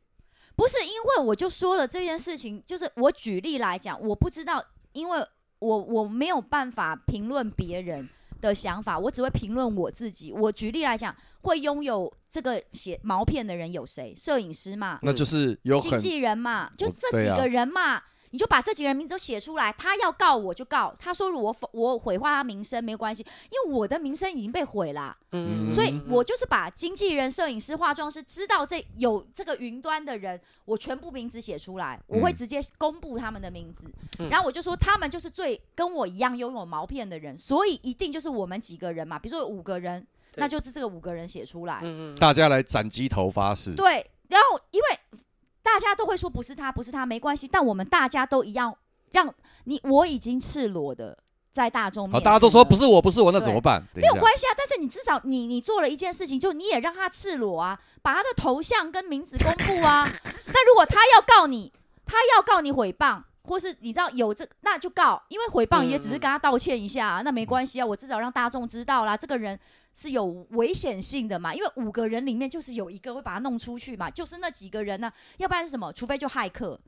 S1: 不是因为我就说了这件事情，就是我举例来讲，我不知道，因为我我没有办法评论别人。的想法，我只会评论我自己。我举例来讲，会拥有这个写毛片的人有谁？摄影师嘛，
S3: 那就是有
S1: 嗯经
S3: 很
S1: 纪人嘛，就
S3: 我
S1: 这
S3: 对
S1: 几
S3: 啊
S1: 个人嘛，你就把这几个人名字都写出来。他要告我就告，他说我否我毁坏他名声没关系，因为我的名声已经被毁了，
S3: 嗯
S1: 所以我就是把经纪人、摄影师、化妆师知道这有这个云端的人，我全部名字写出来，我会
S3: 嗯
S1: 直接公布他们的名字，
S4: 嗯
S1: 然后我就说他们就是最跟我一样拥有毛片的人，所以一定就是我们几个人嘛，比如说有五个人，
S4: 对
S1: 那就是这个五个人写出来。
S4: 嗯嗯
S3: 大家来斩鸡头发誓。
S1: 对，然后因为大家都会说不是他，不是他，没关系。但我们大家都一样，让你我已经赤裸的在大众面
S3: 好，
S1: 前，
S3: 大家都说不
S1: 是。啊
S3: 是我，不是我，那怎么办？没
S1: 没有关系啊，但是你至少你你做了一件事情，就你也让他赤裸啊，把他的头像跟名字公布啊。但如果他要告你，他要告你诽谤，或是你知道有这，那就告，因为诽谤也只是跟他道歉一下啊、那没关系啊，我至少让大众知道啦，这个人是有危险性的嘛，因为五个人里面就是有一个会把他弄出去嘛，就是那几个人呢、要不然是什么？除非就骇客，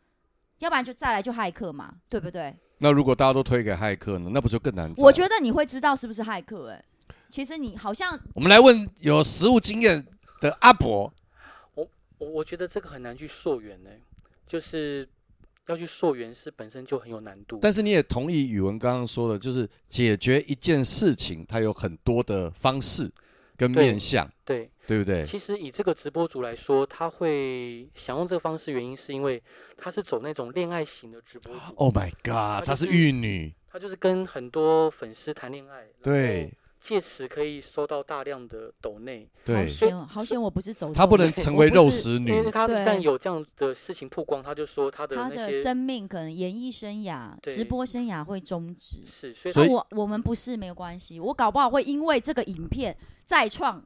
S1: 要不然就再来就骇客嘛，对不对？
S3: 那如果大家都推给骇客呢？那不就更难找？
S1: 我觉得你会知道是不是骇客、欸，其实你好像
S3: 我们来问有实务经验的阿伯，
S4: 我我觉得这个很难去溯源呢、就是要去溯源是本身就很有难度。
S3: 但是你也同意宇文刚刚说的，就是解决一件事情，它有很多的方式跟
S4: 对
S3: 面向，
S4: 对，
S3: 对不对？
S4: 其实以这个直播主来说，他会想用这个方式，原因是因为他是走那种恋爱型的直播主，
S3: Oh my god，她
S4: 就是是
S3: 玉女，
S4: 他就是跟很多粉丝谈恋爱，然后
S3: 对
S4: 借此可以收到大量的抖内，
S1: 好
S3: 对，
S1: 险哦，好险我不是走
S3: 她不能
S1: 错路
S3: 成为
S1: 我不
S3: 肉
S1: 是
S3: 食女
S4: 因，为他一
S1: 对
S4: 旦有这样的事情曝光，他就说他的
S1: 他
S4: 那
S1: 的
S4: 些
S1: 生命可能演艺生涯、
S4: 对
S1: 直播生涯会终止。
S4: 是，所以
S3: 所
S1: 那
S3: 以
S1: 我我们不是没有关系，我搞不好会因为这个影片再创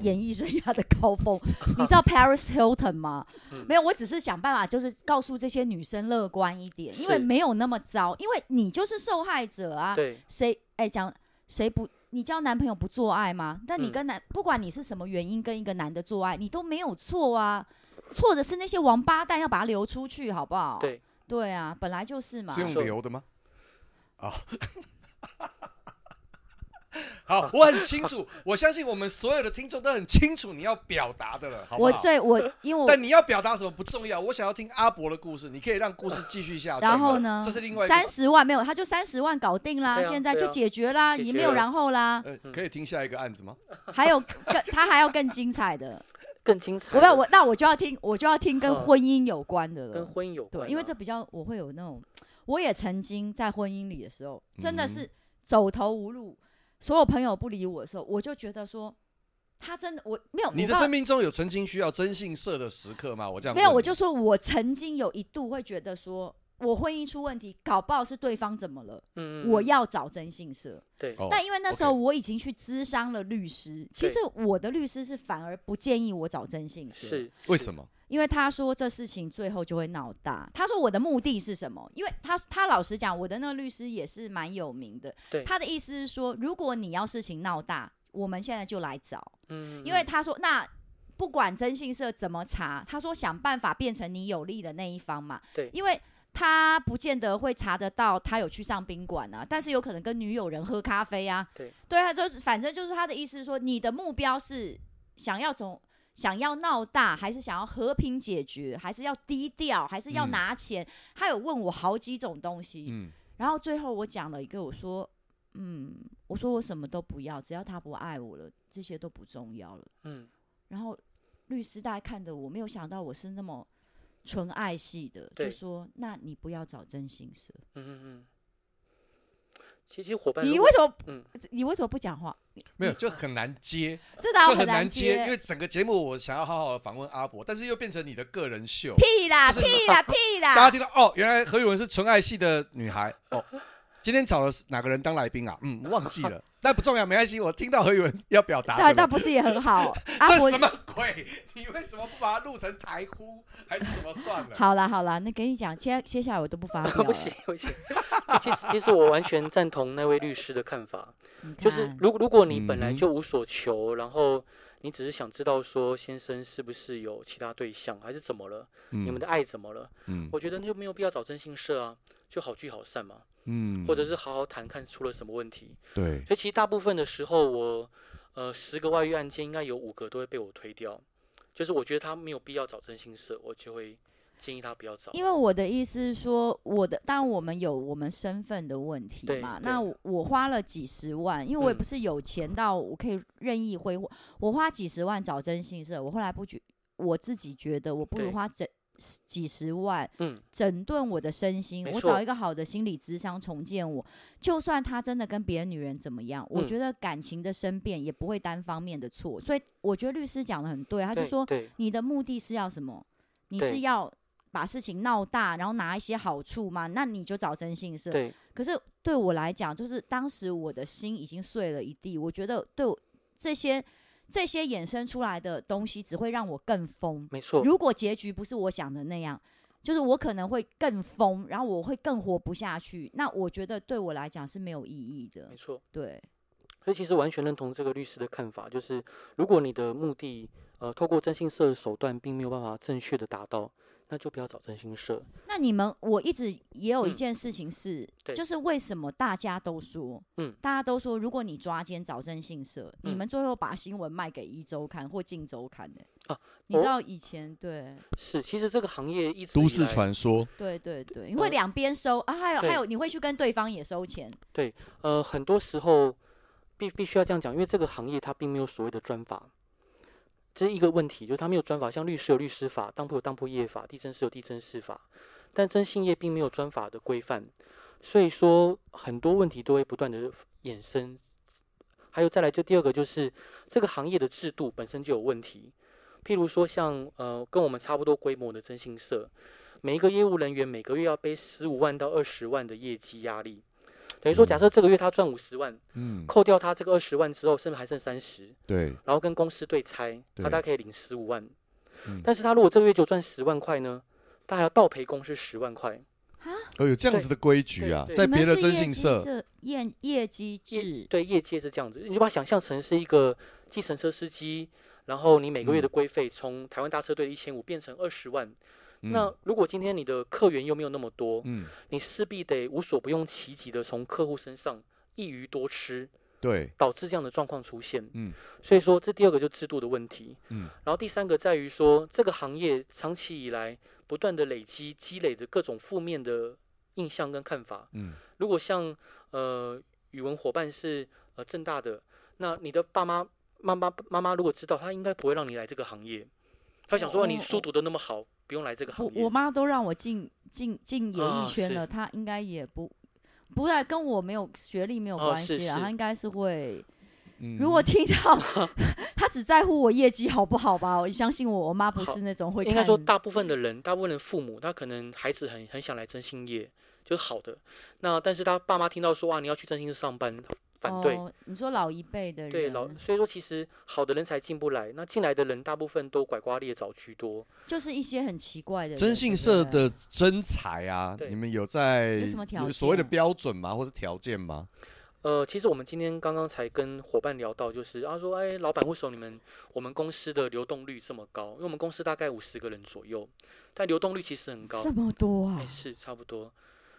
S1: 演艺生涯的高峰。你知道 Paris Hilton 吗？
S4: 嗯
S1: 没有，我只是想办法，就是告诉这些女生乐观一点，因为
S4: 是
S1: 没有那么糟，因为你就是受害者啊。
S4: 对
S1: 谁哎讲谁不？你交男朋友不做爱吗？但你
S4: 嗯
S1: 跟男、不管你是什么原因跟一个男的做爱，你都没有错啊。错的是那些王八蛋要把他流出去，好不好？
S4: 对
S1: 对啊，本来就是嘛。
S4: 用
S3: 流的 吗？啊、好，我很清楚，我相信我们所有的听众都很清楚你要表达的了，好不
S1: 我
S3: 好？
S1: 最我因为我
S3: 但你要表达什么不重要，我想要听阿伯的故事，你可以让故事继续下去。
S1: 然后呢
S3: 这是另外一个
S1: 三十万没有，他就三十万搞定啦，
S4: 对啊
S1: 现在
S4: 对
S1: 就
S4: 啊
S1: 解决啦，
S4: 解决
S1: 也没有
S4: 了
S1: 然后 啦。
S3: 呃，可以听下一个案子吗？
S1: 还有更他还要更精彩的，
S4: 更精彩
S1: 我
S4: 的。
S1: 不我那我就要听我就要听跟
S4: 嗯
S1: 婚姻有关的了。
S4: 跟婚姻有关啊、
S1: 对，因为这比较我会有那种，我也曾经在婚姻里的时候，真的
S3: 嗯
S1: 是走投无路，所有朋友不理我的时候，我就觉得说，他真的我没有
S3: 你的
S1: 我告
S3: 生命中有曾经需要征信社的时刻吗？我这样
S1: 没有，
S3: 问
S1: 我
S3: 你
S1: 就说我曾经有一度会觉得说，我婚姻出问题，搞不好是对方怎么了，
S4: 嗯，
S1: 我
S4: 嗯
S1: 要找真性社。
S4: 对
S3: 哦
S1: 但因为那时候
S3: OK
S1: 我已经去咨商了律师，其实我的律师是反而不建议我找征信社，
S4: 是
S3: 为什
S4: 么？
S3: 么？
S1: 因为他说这事情最后就会闹大。他说我的目的是什么？因为他他老实讲，我的那个律师也是蛮有名的
S4: 对，
S1: 他的意思是说，如果你要事情闹大，我们现在就来找，
S4: 嗯，
S1: 因为
S4: 嗯
S1: 他说那。不管征信社怎么查，他说想办法变成你有利的那一方嘛。
S4: 对
S1: 因为他不见得会查得到他有去上宾馆啊，但是有可能跟女友人喝咖啡啊。
S4: 对，
S1: 对，他说反正就是他的意思是说，你的目标是想要从想要闹大，还是想要和平解决，还是要低调，还是要
S3: 嗯
S1: 拿钱？他有问我好几种东西，
S3: 嗯，
S1: 然后最后我讲了一个，我说，嗯，我说我什么都不要，只要他不爱我了，这些都不重要了。
S4: 嗯
S1: 然后律师大概看着我，没有想到我是那么纯爱系的，
S4: 对
S1: 就说：“那你不要找真心社，
S4: 嗯嗯嗯，其实伙伴如
S1: 你
S4: 果
S1: 为什么、
S4: 嗯
S1: 你为什么不讲话？
S3: 没有就很难接，
S1: 真的啊、
S3: 就很
S1: 难
S3: 接，因为整个节目我想要好好的访问阿伯，但是又变成你的个人秀。
S1: 屁啊啦
S3: 就
S1: 屁
S3: 是
S1: 啦屁
S3: 大家
S1: 啦！
S3: 听到哦，原来何宇文是纯爱系的女孩哦。今天找了哪个人当来宾啊？嗯，忘记 了，但不重要，没关系。我听到何宇文要表达
S1: 那
S3: 的
S1: 那
S3: 了，
S1: 不是也很好？啊阿
S3: 这
S1: 伯
S3: 什，么鬼？ 你为什么不把它录成台呼还是什么算了？
S1: 好啦好啦，那跟你讲，接接下来我都不发表了。
S4: 不行不行，其实其实我完全赞同那位律师的看 法，
S1: 你
S4: 就是
S1: 看
S4: 如果如果你本来
S3: 嗯
S4: 就无所求，然后你只是想知道说先生是不是有其他对象，还是怎么了，你们的爱怎么了，
S3: 嗯
S4: 我觉得那就没有必要找征信社啊，就好聚好散嘛，
S3: 嗯
S4: 或者是好好谈看出了什么问题。
S3: 对
S4: 所以其实大部分的时候我，呃，十个外遇案件应该有五个都会被我推掉，就是我觉得他没有必要找征信社，我就会建议他不要找。
S1: 因为我的意思是说，我的当然我们有我们身份的问题
S4: 对
S1: 嘛。
S4: 对
S1: 那我我花了几十万，因为我也
S4: 嗯
S1: 不是有钱到我可以任意挥霍，我花几十万找征信社，我后来不觉，我自己觉得我不如
S4: 对
S1: 花整几十万
S4: 嗯，
S1: 整顿我的身心，
S4: 没
S1: 我
S4: 错
S1: 找一个好的心理咨商重建我。就算他真的跟别的女人怎么样，我
S4: 嗯
S1: 觉得感情的生变也不会单方面的错。所以我觉得律师讲的很对，他
S4: 他
S1: 就说
S4: 对，
S1: 你的目的是要什么？你
S4: 对
S1: 是要把事情闹大，然后拿一些好处吗？那你就找征信社。
S4: 对，
S1: 可是对我来讲，就是当时我的心已经碎了一地，我觉得对我这些这些衍生出来的东西，只会让我更疯。
S4: 没错，
S1: 如果结局不是我想的那样，就是我可能会更疯，然后我会更活不下去。那我觉得对我来讲是没有意义的
S4: 没。错。
S1: 对，
S4: 所以其实完全认同这个律师的看法，就是如果你的目的，呃，透过征信社的手段并没有办法正确的达到，那就不要找征信社。
S1: 那你们，我一直也有一
S4: 嗯
S1: 件事情是，
S4: 对
S1: 就是为什么大家都说，
S4: 嗯
S1: 大家都说，如果你抓奸找征信社，你
S4: 嗯
S1: 们最后把新闻卖给一周刊或镜周刊的、
S4: 啊
S1: 你知
S4: 哦
S1: 道以前对
S4: 是，其实这个行业一直
S3: 都
S4: 以
S3: 市
S4: 来
S3: 传说，
S1: 对对对，你
S4: 呃
S1: 会两边收啊，还有
S4: 对
S1: 还有你会去跟对方也收钱，
S4: 呃，很多时候必必须要这样讲，因为这个行业它并没有所谓的专法，这是一个问题，就是它没有专法。像律师有律师法，当铺有当铺业法，地震师有地震师法，但征信业并没有专法的规范，所以说很多问题都会不断的衍生。还有再来，就第二个就是这个行业的制度本身就有问题，譬如说像呃跟我们差不多规模的征信社，每一个业务人员每个月要背十五万到二十万的业绩压力，等于说假设这个月他赚五十万，
S3: 嗯，
S4: 扣掉他这个二十万之后，甚至还剩三十，
S3: 对，
S4: 然后跟公司对拆，他
S3: 对
S4: 大概可以领十五万
S3: 嗯。
S4: 但是他如果这个月就赚十万块呢，他还要倒赔公司十万块。
S3: 哦，有这样子的规矩啊，
S4: 对对
S3: 在
S1: 你们
S3: 别的
S1: 是
S3: 征
S1: 业
S3: 信
S1: 绩
S3: 社，嗯
S1: 社业业绩
S4: 业
S1: 制，
S4: 对业界是这样子，你就把它想象成是一个计程车司机，然后你每个月的规费从台湾大车队的一千五变成二十万。
S3: 嗯
S4: 那如果今天你的客源又没有那么多，
S3: 嗯，
S4: 你势必得无所不用其极的从客户身上一鱼多吃，
S3: 对，
S4: 导致这样的状况出现。
S3: 嗯，
S4: 所以说这第二个就是制度的问题。
S3: 嗯，
S4: 然后第三个在于说这个行业长期以来不断的累积积累的各种负面的印象跟看法。
S3: 嗯，
S4: 如果像呃语文伙伴是呃正大的，那你的爸妈妈妈妈妈如果知道，他应该不会让你来这个行业。他想说、
S1: 哦
S4: 你书读的那么好，不用来这个行
S1: 我
S4: 业。
S1: 我妈都让我进进进演
S4: 啊
S1: 艺圈
S4: 是
S1: 了，她应该也不不然跟我没有学历没有
S4: 哦
S1: 关
S4: 是
S1: 系啦，
S4: 是
S1: 她应该是会
S3: 嗯
S1: 如果听 到他只在乎我业绩好不好吧，我相信我，我妈不
S4: 好
S1: 是那种会看。
S4: 应该说，大部分的人，大部分的父母，他可能孩子很很想来征信业，就是好的。那但是他爸妈听到说啊，你要去征信业上班，反对。
S1: 哦。你说老一辈的人，
S4: 对老，所以说其实好的人才进不来，那进来的人大部分都拐瓜裂枣居多。
S1: 就是一些很奇怪的人
S3: 征信社的征才啊，
S4: 对
S3: 你们有在
S1: 有什么条件啊
S3: 所谓的标准吗，或是条件吗？
S4: 呃，其实我们今天刚刚才跟伙伴聊到，就是他、啊、说，哎，老板，为什么你们我们公司的流动率这么高？因为我们公司大概五十个人左右，但流动率其实
S1: 对
S4: 很
S1: 不
S4: 高
S1: 对。这么多啊
S4: 哎，！是差不多。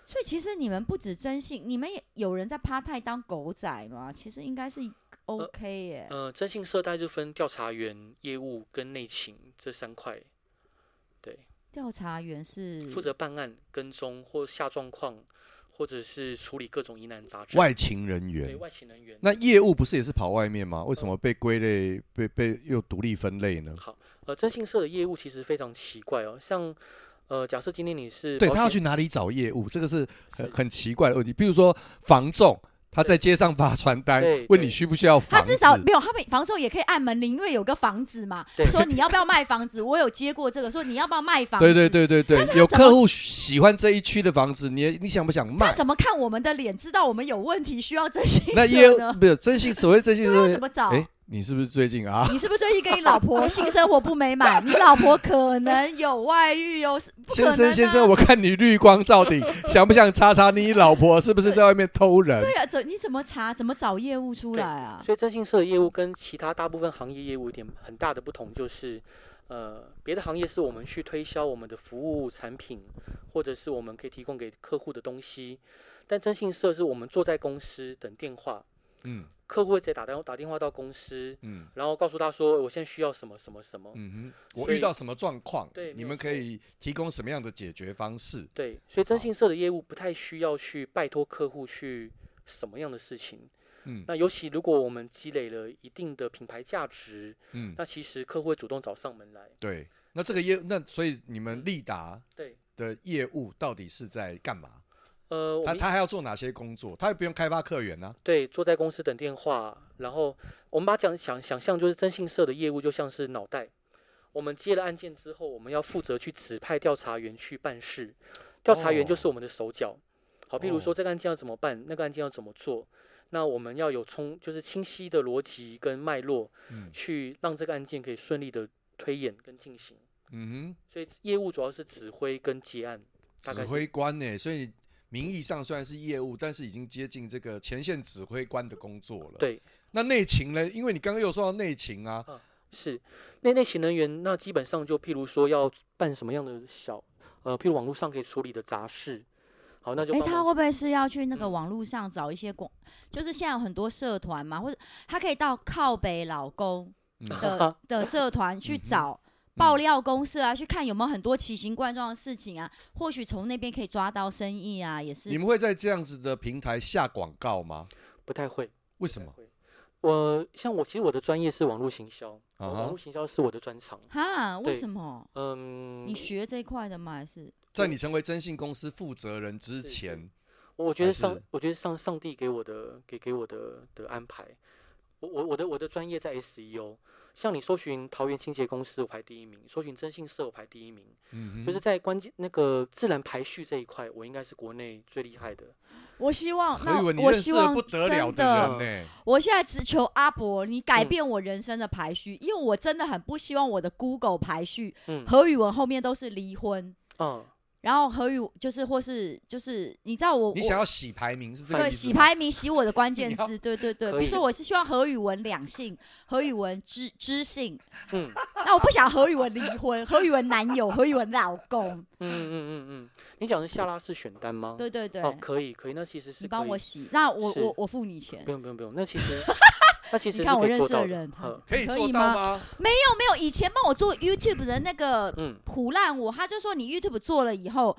S1: 所以其实你们不止征信，你们也有人在趴太当狗仔吗？其实应该是 OK 耶、
S4: 呃，征信社大概就分调查员、业务跟内勤这三块，对，
S1: 调查员是
S4: 负责办案、跟踪或下状况，或者是处理各种疑难杂症。
S3: 外勤人
S4: 对
S3: 员，
S4: 外勤人员。
S3: 那业务不是也是跑外面吗？为什么被归类、被被又独立分类呢？
S4: 呃，征信社的业务其实非常奇怪哦，像呃，假设今天你是
S3: 对
S4: 保
S3: 他要
S4: 险
S3: 去哪里找业务，这个是很
S4: 是
S3: 很奇怪的问题。比如说房仲，他在街上发传单
S4: 对，
S3: 问
S4: 对
S3: 你需不需要
S1: 他
S3: 房子
S1: 至，少没有，他们房仲也可以按门铃，因为有个房子嘛
S4: 对，
S1: 说你要不要卖房子，我有接过这个，说你要不要卖房子，
S3: 对对，对对对，有客户喜欢这一区的房子，你你想不想
S1: 他
S3: 卖？
S1: 怎么看我们的脸，知道我们有问题需要征信
S3: 那业
S1: 社
S3: 务
S1: 呢？
S3: 不是真心所谓真心
S1: 那
S3: 所
S1: 要怎
S3: 谓，
S1: 么找？
S3: 哎，你是不是最近啊？
S1: 你是不是最近跟你老婆性生活不美满？你老婆可能有外遇 哦，是不可
S3: 先
S1: 能、
S3: 生
S1: 啊、
S3: 先生，我看你绿光 照顶，想不想查查你老婆是不是在外面偷人？
S1: 对啊，怎你怎么查？怎么找业务出来啊？
S4: 所以征信社的业务跟其他大部分行业业务有点很大的不同，就是，呃，别的行业是我们去推销我们的服务产品，或者是我们可以提供给客户的东西，但征信社是我们坐在公司等电话，
S3: 嗯
S4: 客户会直接打电打电话到公司，
S3: 嗯
S4: 然后告诉他说我现在需要什么什么什么。
S3: 嗯哼，
S4: 所以
S3: 我遇到什么状况
S4: 对，
S3: 你
S4: 没有
S3: 们可以提供什么样的解决方式？
S4: 对，所以征
S3: 好
S4: 信社的业务不太需要去拜托客户去什么样的事情。
S3: 嗯
S4: 那尤其如果我们积累了一定的品牌价值，
S3: 嗯，
S4: 那其实客户会主动找上门来。
S3: 对。那这个业，那所以你们利达
S4: 对，
S3: 的业务到底是在干嘛？
S4: 呃，我
S3: 他
S4: 们一
S3: 他还要做哪些工作？他也不用开发客源啊呢、
S4: 对坐在公司等电话，然后我们把它讲想想象就是征信社的业务就像是脑袋，我们接了案件之后，我们要负责去指派调查员去办事，调查员就是我们的手脚。好，譬如说
S3: 哦
S4: 这个案件要怎么办，那个案件要怎么做，那我们要有冲就是清晰的逻辑跟脉络，
S3: 嗯
S4: 去让这个案件可以顺利的推演跟进行。
S3: 嗯
S4: 所以业务主要是指挥跟结案，
S3: 哼，
S4: 大概
S3: 指
S4: 是
S3: 挥官呢、所以名义上虽然是业务，但是已经接近这个前线指挥官的工作了。
S4: 对。
S3: 那内勤呢？因为你刚刚又说到内勤啊，
S4: 是，那类型人员那基本上就譬如说要办什么样的小，呃，譬如网络上可以处理的杂事，好，那就
S1: 哎、
S4: 帮
S1: 他
S4: 忙
S1: 会不会是要去那个
S4: 嗯
S1: 网络上找一些广，就是现在有很多社团嘛，或者他可以到靠北老公
S3: 嗯
S1: 的的社团去找爆料公社啊，去看有没有很多奇形怪状的事情啊，或许从那边可以抓到生意啊，也
S3: 你
S1: 是。
S3: 们会在这样子的平台下广告吗？
S4: 不太会，
S3: 为
S4: 不
S3: 什
S4: 太
S3: 么？
S4: 会？我像我其实我的专业是网络行销，我
S3: 啊哈
S4: 网络行销是我的专长。
S1: 哈，为
S4: 对
S1: 什么？
S4: 嗯
S1: 你，学这一块的吗？还是
S3: 在你成为征信公司负责人之前，
S4: 我觉
S3: 还
S4: 得上
S3: 是，
S4: 我觉得上上帝给我的给给我的的安排，我我我的我的专业在 SEO，像你搜寻桃园清洁公司我排第一名，搜寻征信社我排第一名，
S3: 嗯
S4: 就是在关键那个自然排序这一块，我应该是国内最厉害的。
S1: 我希望，
S3: 何以
S1: 哦那
S3: 为你
S1: 我
S3: 认
S1: 希
S3: 识了
S1: 望
S3: 不得了
S1: 真的
S3: 人呢、
S1: 我现在只求阿伯，你改
S4: 嗯
S1: 变我人生的排序，因为我真的很不希望我的 Google 排序
S4: 嗯
S1: 何宇文后面都是离婚，
S4: 嗯，
S1: 然后何宇就是或是就是你知道我
S3: 你想要洗排名是这
S1: 我
S3: 个
S1: 对
S3: 意思
S1: 洗
S3: 吗？
S1: 排名洗我的关键
S3: 你要
S1: 字，对对对，
S4: 可
S1: 比如
S4: 以
S1: 说我是希望何宇文两性，何宇文知知性，
S4: 嗯
S1: 那我不想何宇文离婚，何宇文男友，何宇文老公，
S4: 嗯嗯嗯嗯，你讲的是下拉式选单吗？
S1: 对对对，
S4: 哦，可以可以，那其实是
S1: 你帮
S4: 可
S1: 我
S4: 以
S1: 洗，那我
S4: 是
S1: 我我付你钱
S4: 不，用不用不用，那 其实那其
S1: 你
S4: 实是
S1: 看我
S4: 可以
S1: 认
S4: 做
S1: 识的
S4: 到
S1: 人
S4: 呵
S3: 可以
S1: 可
S3: 做
S1: 以
S3: 到
S1: 吗
S3: 吗？
S1: 又没有以前帮我做 YouTube 的那个
S4: 嗯
S1: 苦烂我，他就说你 YouTube 做了以后，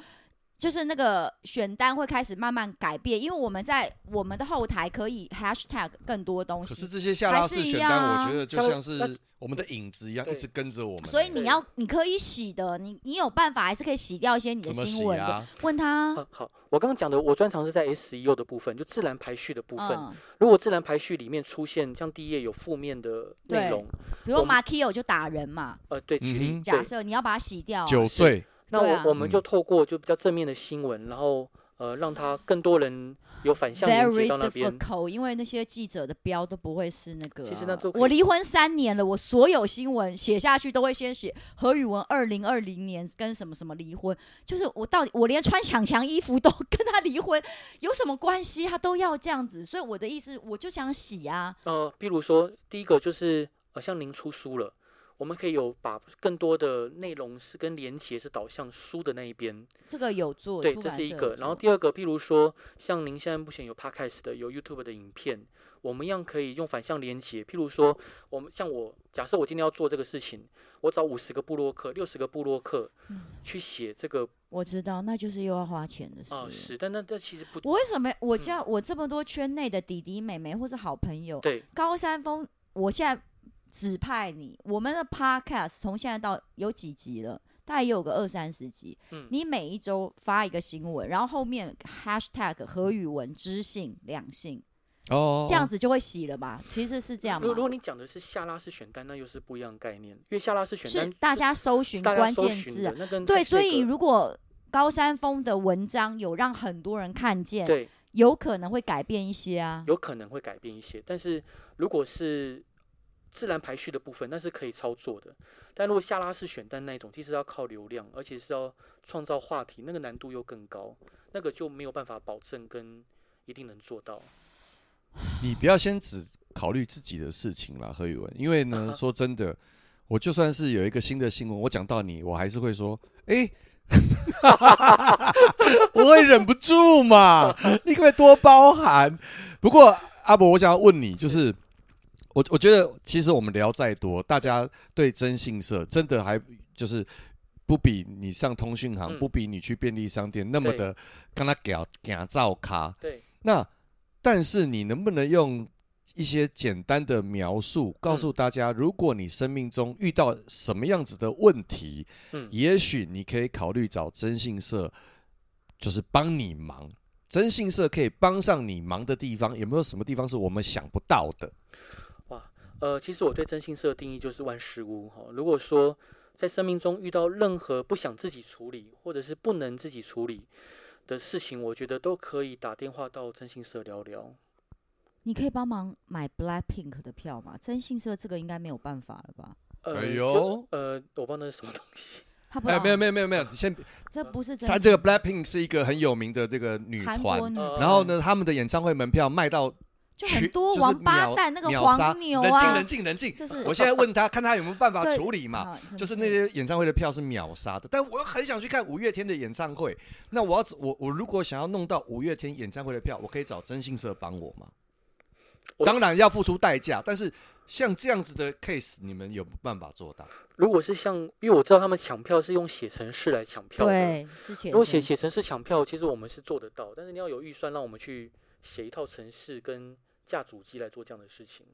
S1: 就是那个选单会开始慢慢改变，因为我们在我们的后台可以 hashtag 更多东
S3: 可是
S1: 西，
S3: 这些下拉式选单，
S1: 还是一样啊
S3: 我觉得就像是我们的影子一样，
S4: 对
S3: 一直跟着我们。欸
S1: 所以你
S4: 对
S1: 要你可以洗的，你你有办法还是可以洗掉一些你的
S3: 怎么
S1: 新
S3: 洗
S1: 闻的。
S3: 啊？
S1: 问他啊，
S4: 嗯，好，我刚刚讲的，我专长是在 SEO 的部分，就自然排序的部分。
S1: 嗯，
S4: 如果自然排序里面出现像第一页有负面的内
S1: 对
S4: 容，
S1: 比如
S4: 我们
S1: Markio 就打人嘛，
S4: 呃，对，举例，
S3: 嗯哼
S1: 假
S4: 对，
S1: 设你要把它洗掉啊，
S3: 酒醉，
S4: 那
S1: 对
S4: 我、
S1: 啊
S4: 我们就
S3: 嗯
S4: 透过就比较正面的新闻，然后呃，让它更多人有反向连接
S1: very
S4: 到那边。
S1: difficult，因为那些记者的标都不会是那个啊、
S4: 其实那都可以
S1: 我离婚三年了，我所有新闻写下去都会先写何宇文二零二零年跟什么什么离婚，就是我到底我连穿抢墙衣服都 跟他离婚有什么关系？他都要这样子，所以我的意思我就想洗啊，
S4: 呃，比如说第一个就是呃，像您出书了，我们可以有把更多的内容是跟连结是导向书的那一边，
S1: 这个有做，
S4: 对，
S1: 出
S4: 这
S1: 版
S4: 是一
S1: 社有
S4: 个。然后
S1: 做
S4: 第二个，譬如说像您现在目前有 podcast 的，有 YouTube 的影片，我们一样可以用反向连接。譬如说，我们像我，假设我今天要做这个事情，我找五十个部落客、六十个部落客
S1: 嗯
S4: 去写这个
S1: 我知道，那就是又要花钱的事。
S4: 啊、是，嗯但那那其实不
S1: 我为什么我叫我这么多圈内的弟弟妹妹或是好朋友，
S4: 对，
S1: 高山峰，我现在指派你，我们的 podcast 从现在到有几集了？大概也有个二三十集。
S4: 嗯
S1: 你每一周发一个新闻，然后后面 hashtag 何宇文知性两性，
S3: 哦
S1: 这样子就会洗了吧？其实是这样
S4: 如如
S1: 吗
S4: 果？你讲的是下拉式选单，那又是不一样的概念，因为下拉式选
S1: 是
S4: 单
S1: 大家搜寻
S4: 是大家
S1: 关
S4: 搜
S1: 键
S4: 寻
S1: 字
S4: 的
S1: 啊，
S4: 那跟
S1: 对，
S4: 那
S1: 所以
S4: 个
S1: 如果高山峰的文章有让很多人看见，
S4: 对
S1: 有可能会改变一些啊。
S4: 有可能会改变一些，但是如果是自然排序的部分，那是可以操作的。但如果下拉式选单那一种，其实要靠流量，而且是要创造话题，那个难度又更高，那个就没有办法保证跟一定能做到。
S3: 你不要先只考虑自己的事情啦，何宇文，因为
S4: 嗯
S3: 呢，说真的，我就算是有一个新的新闻，我讲到你，我还是会说，哎、 我会忍不住嘛，你可不可以多包涵？不过阿伯，我想要问你，就是我我觉得其实我们聊再多，大家对征信社真的还就是不比你上通讯行，
S4: 嗯
S3: 不比你去便利商店那么
S4: 对
S3: 的跟他假假造咖。
S4: 对，
S3: 那但是你能不能用一些简单的描述告诉大家，如果你生命中遇到什么样子的问题，
S4: 嗯
S3: 也许你可以考虑找征信社，就是帮你忙。征信社可以帮上你忙的地方，有没有什么地方是我们想不到的？
S4: 呃，其实我对征信社的定义就是万事屋哈。如果说在生命中遇到任何不想自己处理，或者是不能自己处理的事情，我觉得都可以打电话到征信社聊聊。
S1: 你可以帮忙买 Blackpink 的票吗？征信社这个应该没有办法了吧？
S4: 呃，
S3: 哎
S4: 就
S3: 呦
S4: 呃，我不知道那是什么东西。
S1: 他不
S3: 哎，没有
S1: 有，
S3: 没有没有没有，先
S1: 这不是真
S3: 他
S1: 心。
S3: 这个 Blackpink 是一个很有名的这个女
S1: 韩
S3: 团
S1: 国，女
S4: 呃
S1: 团，
S3: 然后呢，他们的演唱会门票卖到
S1: 就
S3: 去
S1: 很多
S3: 是
S1: 王八
S3: 秒
S1: 蛋那个
S3: 秒杀
S1: 黄牛
S3: 冷静
S1: 啊
S3: 冷，静冷静，
S1: 就是
S3: 我现在问他，看他有没有办法
S1: 对
S3: 处理嘛？
S1: 啊真
S3: 就是那些演唱会的票是秒杀的，但我又很想去看五月天的演唱会。那我要怎我我如果想要弄到五月天演唱会的票，我可以找征信社帮我吗？
S4: 我
S3: 当然要付出代价，但是像这样子的 case，你们有办法做到？
S4: 如果是像，因为我知道他们抢票是用写程式来抢票的，
S1: 对是前
S4: 如果写
S1: 程
S4: 写程式抢票，其实我们是做得到，但是你要有预算，让我们去写一套程式跟架主机来做这样的事情。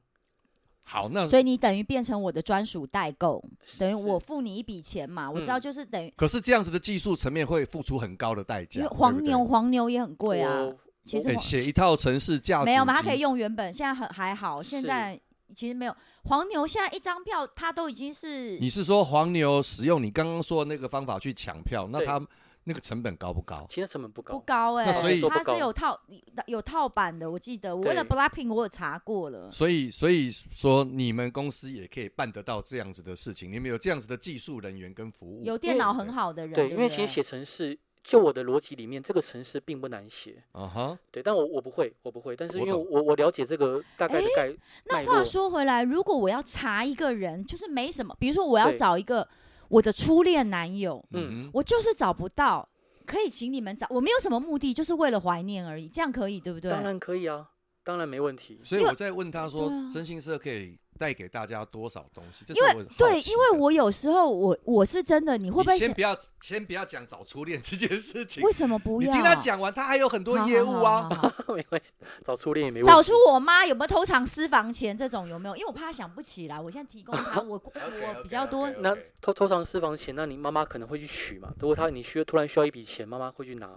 S3: 好，那
S1: 所以你等于变成我的专属代购，等于我
S4: 是
S1: 付你一笔钱嘛，我知道
S4: 嗯
S1: 就是等于。
S3: 可是这样子的技术层面会付出很高的代
S1: 因
S3: 价
S1: 为，
S3: 对
S1: 黄
S3: 不对
S1: 牛，黄牛也很贵啊
S4: 我。
S1: 其实
S3: 哎
S1: 黄
S3: 写一套城市价
S1: 没有嘛，
S3: 主
S1: 它
S3: 机
S1: 可以用原本，现在很还好。现
S4: 是
S1: 在其实没有黄牛，现在一张票它都已经是
S3: 你是说黄牛使用你刚刚说的那个方法去抢票，那
S4: 对
S3: 他那个成本高不高？
S4: 其实成本不
S1: 不
S4: 高，
S1: 高哎、
S3: 那所以
S1: 它
S4: 不高
S1: 是有套有套版的，我记得我为了
S4: 对
S1: Blackpink 我有查过了。
S3: 所以，所以说你们公司也可以办得到这样子的事情，你们有这样子的技术人员跟服务，
S1: 有电脑很好的人，
S4: 对，
S1: 不
S4: 因为其实写程式，就我的逻辑里面，这个程式并不难写，
S3: 啊哈，
S4: 对，但我我不会，我不会，但是
S3: 我
S4: 因为
S3: 懂
S4: 我我了解这个大概的概脉
S1: 那
S4: 络
S1: 话，说回来，如果我要查一个人，就是没什么，比如说我要
S4: 对
S1: 找一个我的初恋男友，
S4: 嗯
S3: 嗯，
S1: 我就是找不到，可以请你们找，我没有什么目的，就是为了怀念而已，这样可以对不对？
S4: 当然可以啊，当然没 问题。
S3: 所以
S1: 因为
S3: 我在问他说
S1: 对啊，
S3: 真心社可以带给大家多少东西？这是
S1: 因
S3: 我
S1: 为
S3: 很好
S1: 对，
S3: 奇
S1: 因为
S3: 的
S1: 我有时候我我是真的，你会不会
S3: 你先
S1: 想
S3: 不要先不要讲找初恋这件事情
S1: 为，什么不
S3: 你
S1: 要？
S3: 听他讲完，他还有很多
S1: 好
S3: 业
S1: 好
S3: 务
S1: 好
S3: 啊
S1: 好。好
S4: 没关系，找初恋也没问题。
S1: 找出我妈有没有偷藏私房钱这种有没有？因为我怕她想不起来，我现在提供 她，我我比较多
S3: OK，OK，OK
S4: 那偷偷藏私房钱，那你妈妈可能会去取嘛？如果她你需要突然需要一笔钱，妈妈会去拿。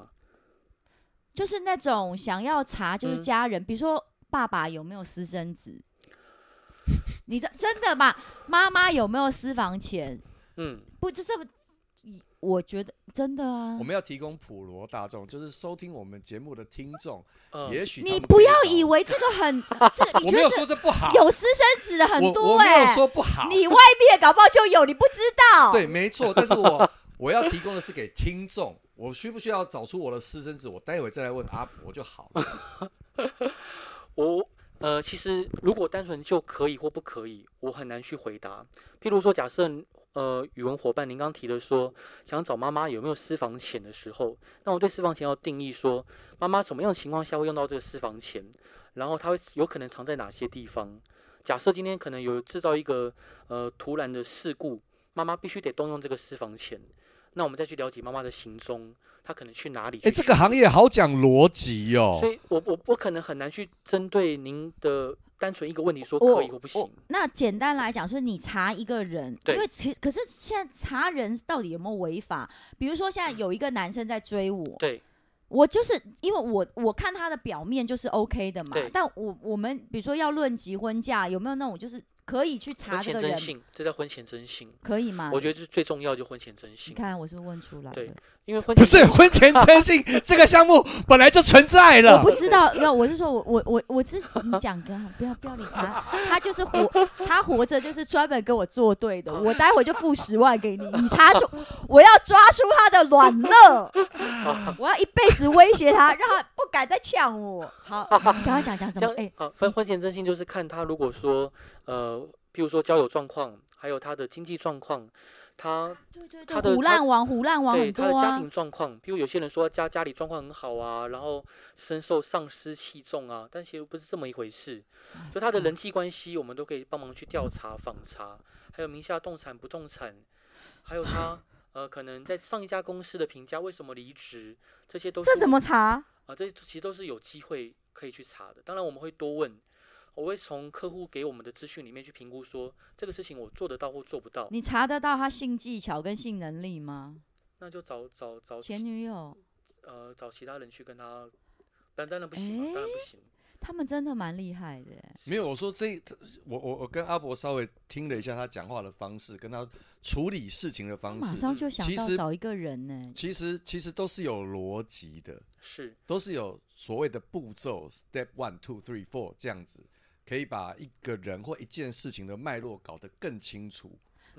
S1: 就是那种想要查，就是
S4: 嗯
S1: 家人，比如说爸爸有没有私生子， 你这真的吧？妈妈有没有私房钱？
S4: 嗯，
S1: 不，这这不，我觉得真的啊
S3: 我。们要提供普罗大众，就是收听我们节目的听众，
S4: 呃
S3: 也许
S1: 嗯
S3: 他
S1: 你
S3: 们可
S1: 不要
S3: 找
S1: 以为这个 很，这个你
S3: 我
S1: 觉
S3: 没有
S1: 得
S3: 说这不好，
S1: 这有私生子的很
S3: 我
S1: 多
S3: 我没
S1: 哎、
S3: 有说不好，
S1: 你外面搞不好就有，你不知道。
S3: 对，没错。但是我我要提供的是给听众，我需不需要找出我的私生子？我待会再来问阿伯就好了。
S4: 我呃，其实如果单纯就可以或不可以，我很难去回答。譬如说，假设呃，语文伙伴您刚提的说想找妈妈有没有私房钱的时候，那我对私房钱要定义说，妈妈什么样的情况下会用到这个私房钱，然后它会有可能藏在哪些地方。假设今天可能有制造一个呃突然的事故，妈妈必须得动用这个私房钱，那我们再去了解妈妈的行踪，她可能去哪里去
S3: 哎、
S4: 寻？
S3: 这个行业好讲逻辑
S4: 所
S3: 哦。
S4: 以我我我可能很难去针对您的单纯一个问题说
S1: 我
S4: 可以或不行
S1: 我。那简单来讲，是你查一个人，
S4: 对
S1: 因为其可是现在查人到底有没有违法？比如说现在有一个男生在追我，
S4: 对，
S1: 我就是因为我我看他的表面就是 OK 的嘛
S4: 对，
S1: 但我我们比如说要论及婚嫁，有没有那种就是可以去
S4: 婚
S1: 查这
S4: 前
S1: 个
S4: 征
S1: 人，
S4: 信，这叫婚前征信。
S1: 可以吗？
S4: 我觉得最最重要就婚前征
S1: 你
S4: 信，
S1: 看我是不是问出来
S4: 对
S1: 了？
S4: 因为婚
S3: 不
S4: 前
S3: 是
S4: 征信
S3: 婚前 征信这个项目本来就存在
S1: 我
S3: 了
S1: 不，知道，那我是说我我我我是你讲哥，不要不要理他，他就是活他活着就是专门跟我作对的，
S4: 哦
S1: 我待会就付十万给你，你查出我要抓出他的软肋，
S4: 哦
S1: 我要一辈子威胁他，让他不敢再呛我。好，你刚刚讲讲怎
S4: 这
S1: 么
S4: 样
S1: 哎、
S4: 啊，婚婚前征信就是看他如果说呃，譬如说交友状况，还有他的经济状况，他
S1: 对对
S4: 他的
S1: 对，虎烂王虎烂王
S4: 对
S1: 很
S4: 他的
S1: 多
S4: 家
S1: 啊
S4: 庭，状况，譬如有些人说家家里状况很好啊，然后深受上司器重啊，但其实不是这么一回事。就他的人际关系，我们都可以帮忙去调查、访查，还有名下动产、不动产，还有他 呃，可能在上一家公司的评价，为什么离职，这些都是
S1: 这怎么查？
S4: 啊、这些其实都是有机会可以去查的。当然，我们会多问，我会从客户给我们的资讯里面去评估说这个事情我做得到或做不到，
S1: 你查得到他性技巧跟性能力吗？
S4: 那就找找找
S1: 前女友
S4: 呃找其他人去跟他，但当然不行嘛，啊当然不行。
S1: 他们真的蛮厉害的、欸
S3: 没有。我说这，我我我跟阿伯稍微听了一下他讲话的方式，跟他处理事情的方
S1: 马
S3: 式，
S1: 上就想
S3: 其
S1: 到
S3: 实
S1: 找一个人呢、
S3: 其实其实都是有逻辑的。
S4: 是，
S3: 都是有所谓的步骤，step one two three four 这样子，可以把一个人或一件事情的脉络搞得更清楚。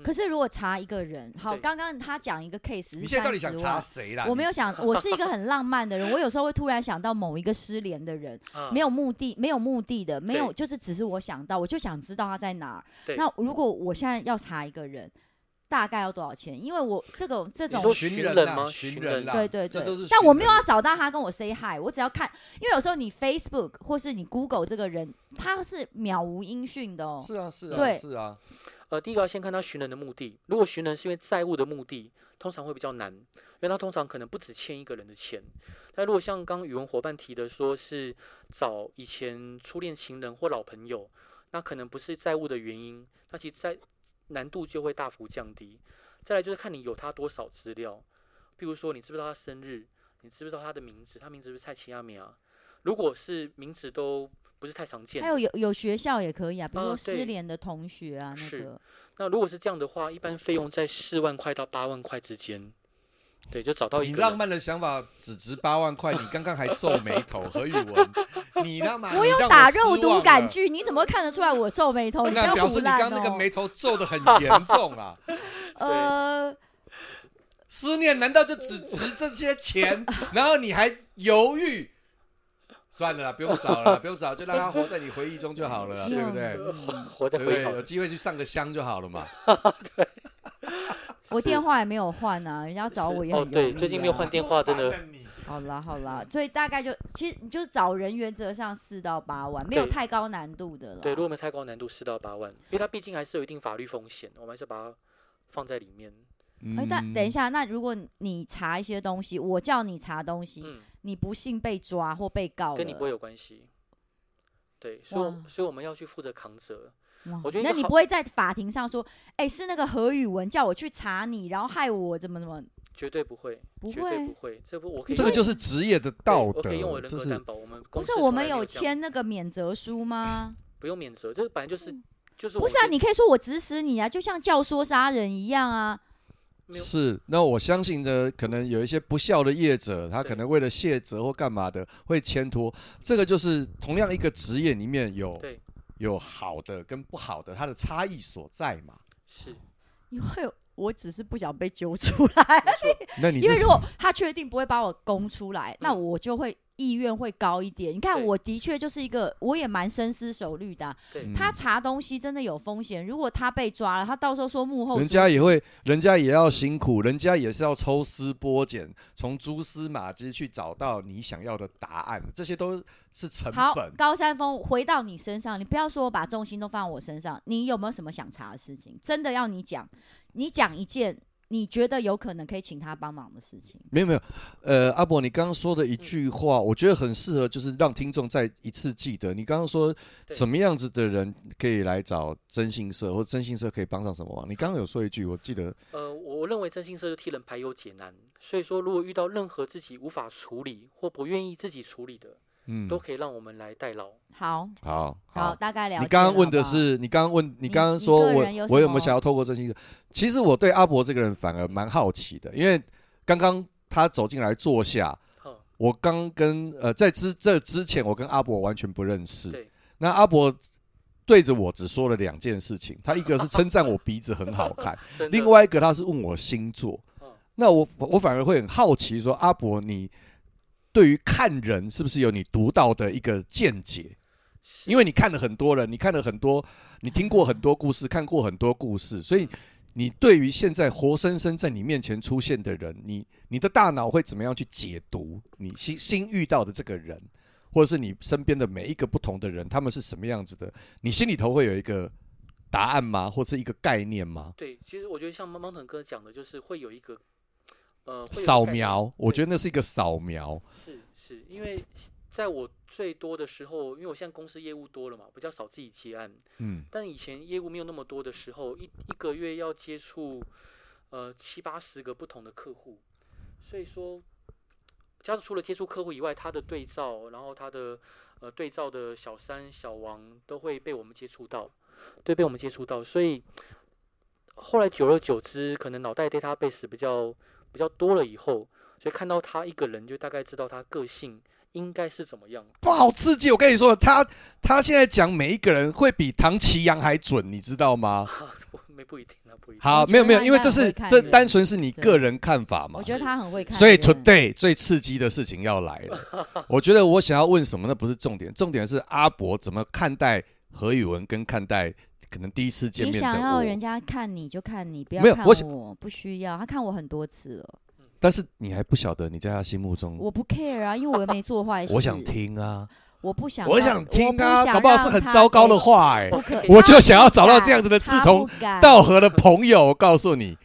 S1: 可是如果查一个人，好，
S4: 对
S1: 刚刚他讲一个 case，是
S3: 你现在到底
S1: 30
S3: 想查
S1: 万？
S3: 谁啦？
S1: 我没有想，我是一个很浪漫的人，我有时候会突然想到某一个失联的人，
S4: 啊、
S1: 没有目的，没有目的的，没有，
S4: 对
S1: 就是只是我想到，我就想知道他在哪儿。
S4: 对
S1: 那如果我现在要查一个人，大概要多少钱？因为我这种这种
S4: 你说
S3: 寻
S4: 寻
S3: 人
S4: 人
S3: 啦
S4: 吗
S3: 寻
S4: 寻
S3: 人
S4: 人
S3: 啦，
S1: 啊对对对，
S3: 这都是。
S1: 但我没有要，找到他跟我 say hi，我只要看，因为有时候你 Facebook 或是你 Google 这个人，他是渺无音讯的哦。
S3: 是啊是啊
S1: 对
S3: 是啊，
S4: 呃，第一个要先看他寻人的目的。如果寻人是因为债务的目的，通常会比较难，因为他通常可能不止欠一个人的钱。但如果像刚语文伙伴提的，说是找以前初恋情人或老朋友，那可能不是债务的原因，那其实在难度就会大幅降低。再来就是看你有他多少资料，比如说你知不知道他生日，你知不知道他的名字，他名字是不是蔡奇亚米啊？如果是名字都不是太常见
S1: 还
S4: 的，
S1: 有有有学校也可以啊，比如
S3: 哦
S4: 啊
S1: 说失
S4: 对
S1: 联的同学啊，那
S4: 是
S1: 个
S4: 那如果是这样的话，一般费用在四万块到八万块之间。对，就找到一
S3: 你
S4: 个
S3: 浪
S4: 人
S3: 漫的想法只值八 万块，你刚刚还皱眉头，何宇文，你他妈
S1: 我
S3: 你
S1: 有
S3: 让
S1: 打
S3: 失
S1: 肉毒
S3: 望
S1: 杆
S3: 了，
S1: 菌，你怎么会看得出来我皱眉 头？你不
S3: 那
S1: 要
S3: 表示
S1: 胡
S3: 你刚
S1: 乱
S3: 刚那个
S1: 哦
S3: 眉头皱的很严重啊！
S1: 呃，
S3: 思念难道就只值这些 钱？然后你还犹豫？算了啦，不用找 了啦，不用找，就让它活在你回忆中就好了啦，
S1: 是
S3: 对
S1: 啊
S3: 不对？
S4: 嗯 活在
S3: 对不
S4: 回
S3: 对？
S4: 忆
S3: 有机会去上个香就好了嘛。
S1: 我
S4: 是
S1: 电话也没有换啊，人家找我也
S4: 哦，
S1: 很容易啊
S4: 对，最近没有换电话，真的
S3: 你
S1: 好啦好啦，所以大概就其实你就找人，原则上四到八万，没有
S4: 对
S1: 太高难度的了。
S4: 对，如果没有太高难度，四到八万，因为它毕竟还是有一定法律风险，我们还是把它放在里面。
S3: 嗯
S1: 哎、但
S4: 嗯
S1: 等一下，那如果你查一些东西，我叫你查东西，
S4: 嗯，
S1: 你不幸被抓或被告了，
S4: 跟你不会有关系。对，所以我
S1: 哇
S4: 所以我们要去负责扛责。
S1: 哇
S4: 我觉得
S1: 那
S4: 一个
S1: 你
S4: 好
S1: 不会在法庭上说，哎、是那个何宇文叫我去查你，然后害我怎么怎么？
S4: 绝对不会，
S1: 不
S4: 绝对
S1: 会
S4: 不会，这不我可以
S3: 这个
S4: 用
S3: 就是职业的
S4: 嗯对
S3: 道
S4: 我
S3: 德
S4: 可以用我，人
S3: 这
S4: 格
S3: 是
S4: 担保，我们公
S1: 不是
S4: 司从
S1: 我
S4: 来
S1: 们
S4: 没
S1: 有
S4: 这样
S1: 签那个免责书吗？
S4: 不用免责，这本来就是就是
S1: 不
S4: 我
S1: 是啊，
S4: 们
S1: 你可以说我指使你啊，就像教唆杀人一样啊。
S4: 没有
S3: 是。那我相信
S4: 嗯
S3: 呢，可能有一些不孝的业者，他
S4: 对
S3: 可能为了卸责或干嘛的，会牵拖。这个就是同样一个职业里面有
S4: 对
S3: 有好的跟不好的，它的差异所在嘛。
S4: 是
S1: 因为我只是不想被揪出来，
S3: 那你
S1: 因为
S3: 是
S1: 如果他确定不会把我供出来，那
S4: 嗯
S1: 我就会意愿会高一点。你看，
S4: 对
S1: 我的确就是一个，我也蛮深思熟虑的啊、
S4: 对
S3: 嗯
S1: 他查东西真的有风险，如果他被抓了，他到时候说幕后
S3: 人
S1: 主
S3: 家也会，人家也要辛苦，人家也是要抽丝剥茧，从蛛丝马迹去找到你想要的答案，这些都是成
S1: 好
S3: 本。
S1: 高山峰回到你身上，你不要说我把重心都放我身上，你有没有什么想查的事情？真的要你讲，你讲一件你觉得有可能可以请他帮忙的事情。
S3: 没有没有，呃，阿伯，你刚刚说的一句话，我觉得很适合，就是让听众再一次记得。你刚刚说
S4: 对
S3: 什么样子的人可以来找征信社，或者征信社可以帮上什么忙？你刚刚有说一句，我记得
S4: 呃，我我认为征信社就替人排忧解难，所以说如果遇到任何自己无法处理或不愿意自己处理的，
S3: 嗯
S4: 都可以让我们来代劳。
S1: 好
S3: 好
S1: 好，大概了解了。
S3: 你刚刚问的
S1: 好不好
S3: 是，你刚刚问，你
S1: 你
S3: 刚刚
S1: 你
S3: 说
S1: 个
S3: 我
S1: 人有什
S3: 我有没
S1: 么
S3: 有想要透过真心社？其实我对阿伯这个人反而蛮好奇的，因为刚刚他走进来坐下，
S4: 好，
S3: 我刚跟呃在之这之前，我跟阿伯完全不认识
S4: 对。
S3: 那阿伯对着我只说了两件事情，他一个是称赞我鼻子很好看，
S4: 真的
S3: 另外一个他是问我星座
S4: 嗯。
S3: 那我我反而会很好奇说阿伯你对于看人是不是有你独到的一个见解？
S4: 是
S3: 因为你看了很多人，你看了很多，你听过很多故事，看过很多故事，所以你对于现在活生生在你面前出现的人，你你的大脑会怎么样去解读你新新遇到的这个人，或者是你身边的每一个不同的人，他们是什么样子的？你心里头会有一个答案吗？或是一个概念吗？
S4: 对，其实我觉得像 m o 哥讲的，就是会有一个呃会有
S3: 扫
S4: 概念
S3: 描，我
S4: 对
S3: 觉得那是一个扫描。
S4: 是是，因为在我最多的时候，因为我现在公司业务多了嘛，比较少自己接案。
S3: 嗯，
S4: 但以前业务没有那么多的时候，一一个月要接触呃七八十个不同的客户，所以说，加除了接触客户以外，他的对照，然后他的呃对照的小三、小王都会被我们接触到，对，被我们接触到，所以后来久而久之，可能脑袋 database 比较比较多了以后，所以看到他一个人，就大概知道他个性应该是怎么样。
S3: 哇，好刺激！我跟你说，他他现在讲每一个人会比唐奇阳还准，你知道吗？
S4: 我没不一定啊，不一定。
S3: 好，
S1: 我觉
S3: 没有
S1: 得
S3: 没有，
S1: 他
S3: 因为
S1: 应该很
S3: 这是
S1: 会看
S3: 这
S1: 人
S3: 单纯是你
S1: 对
S3: 个人看法嘛
S1: 我。觉得他很会看人，
S3: 所以 today 最刺激的事情要来了。我觉得我想要问什么，那不是重点，重点是阿伯怎么看待何宇文，跟看待可能第一次见
S1: 你
S3: 面
S1: 想
S3: 的
S1: 要
S3: 我。
S1: 人家看你就看你，不要
S3: 没有
S1: 看
S3: 我想
S1: 我，不需要。他看我很多次了，
S3: 但是你还不晓得你在他心目中，
S1: 我不 care 啊，因为我又没做坏事。
S3: 我想，听啊，
S1: 我不想让，
S3: 我想听啊，
S1: 我
S3: 搞不好是很糟糕的话哎、
S1: 不可以。
S3: 我就想要找到这样子的志
S1: 他不
S3: 同
S1: 敢
S3: 道合的朋友，我告诉你。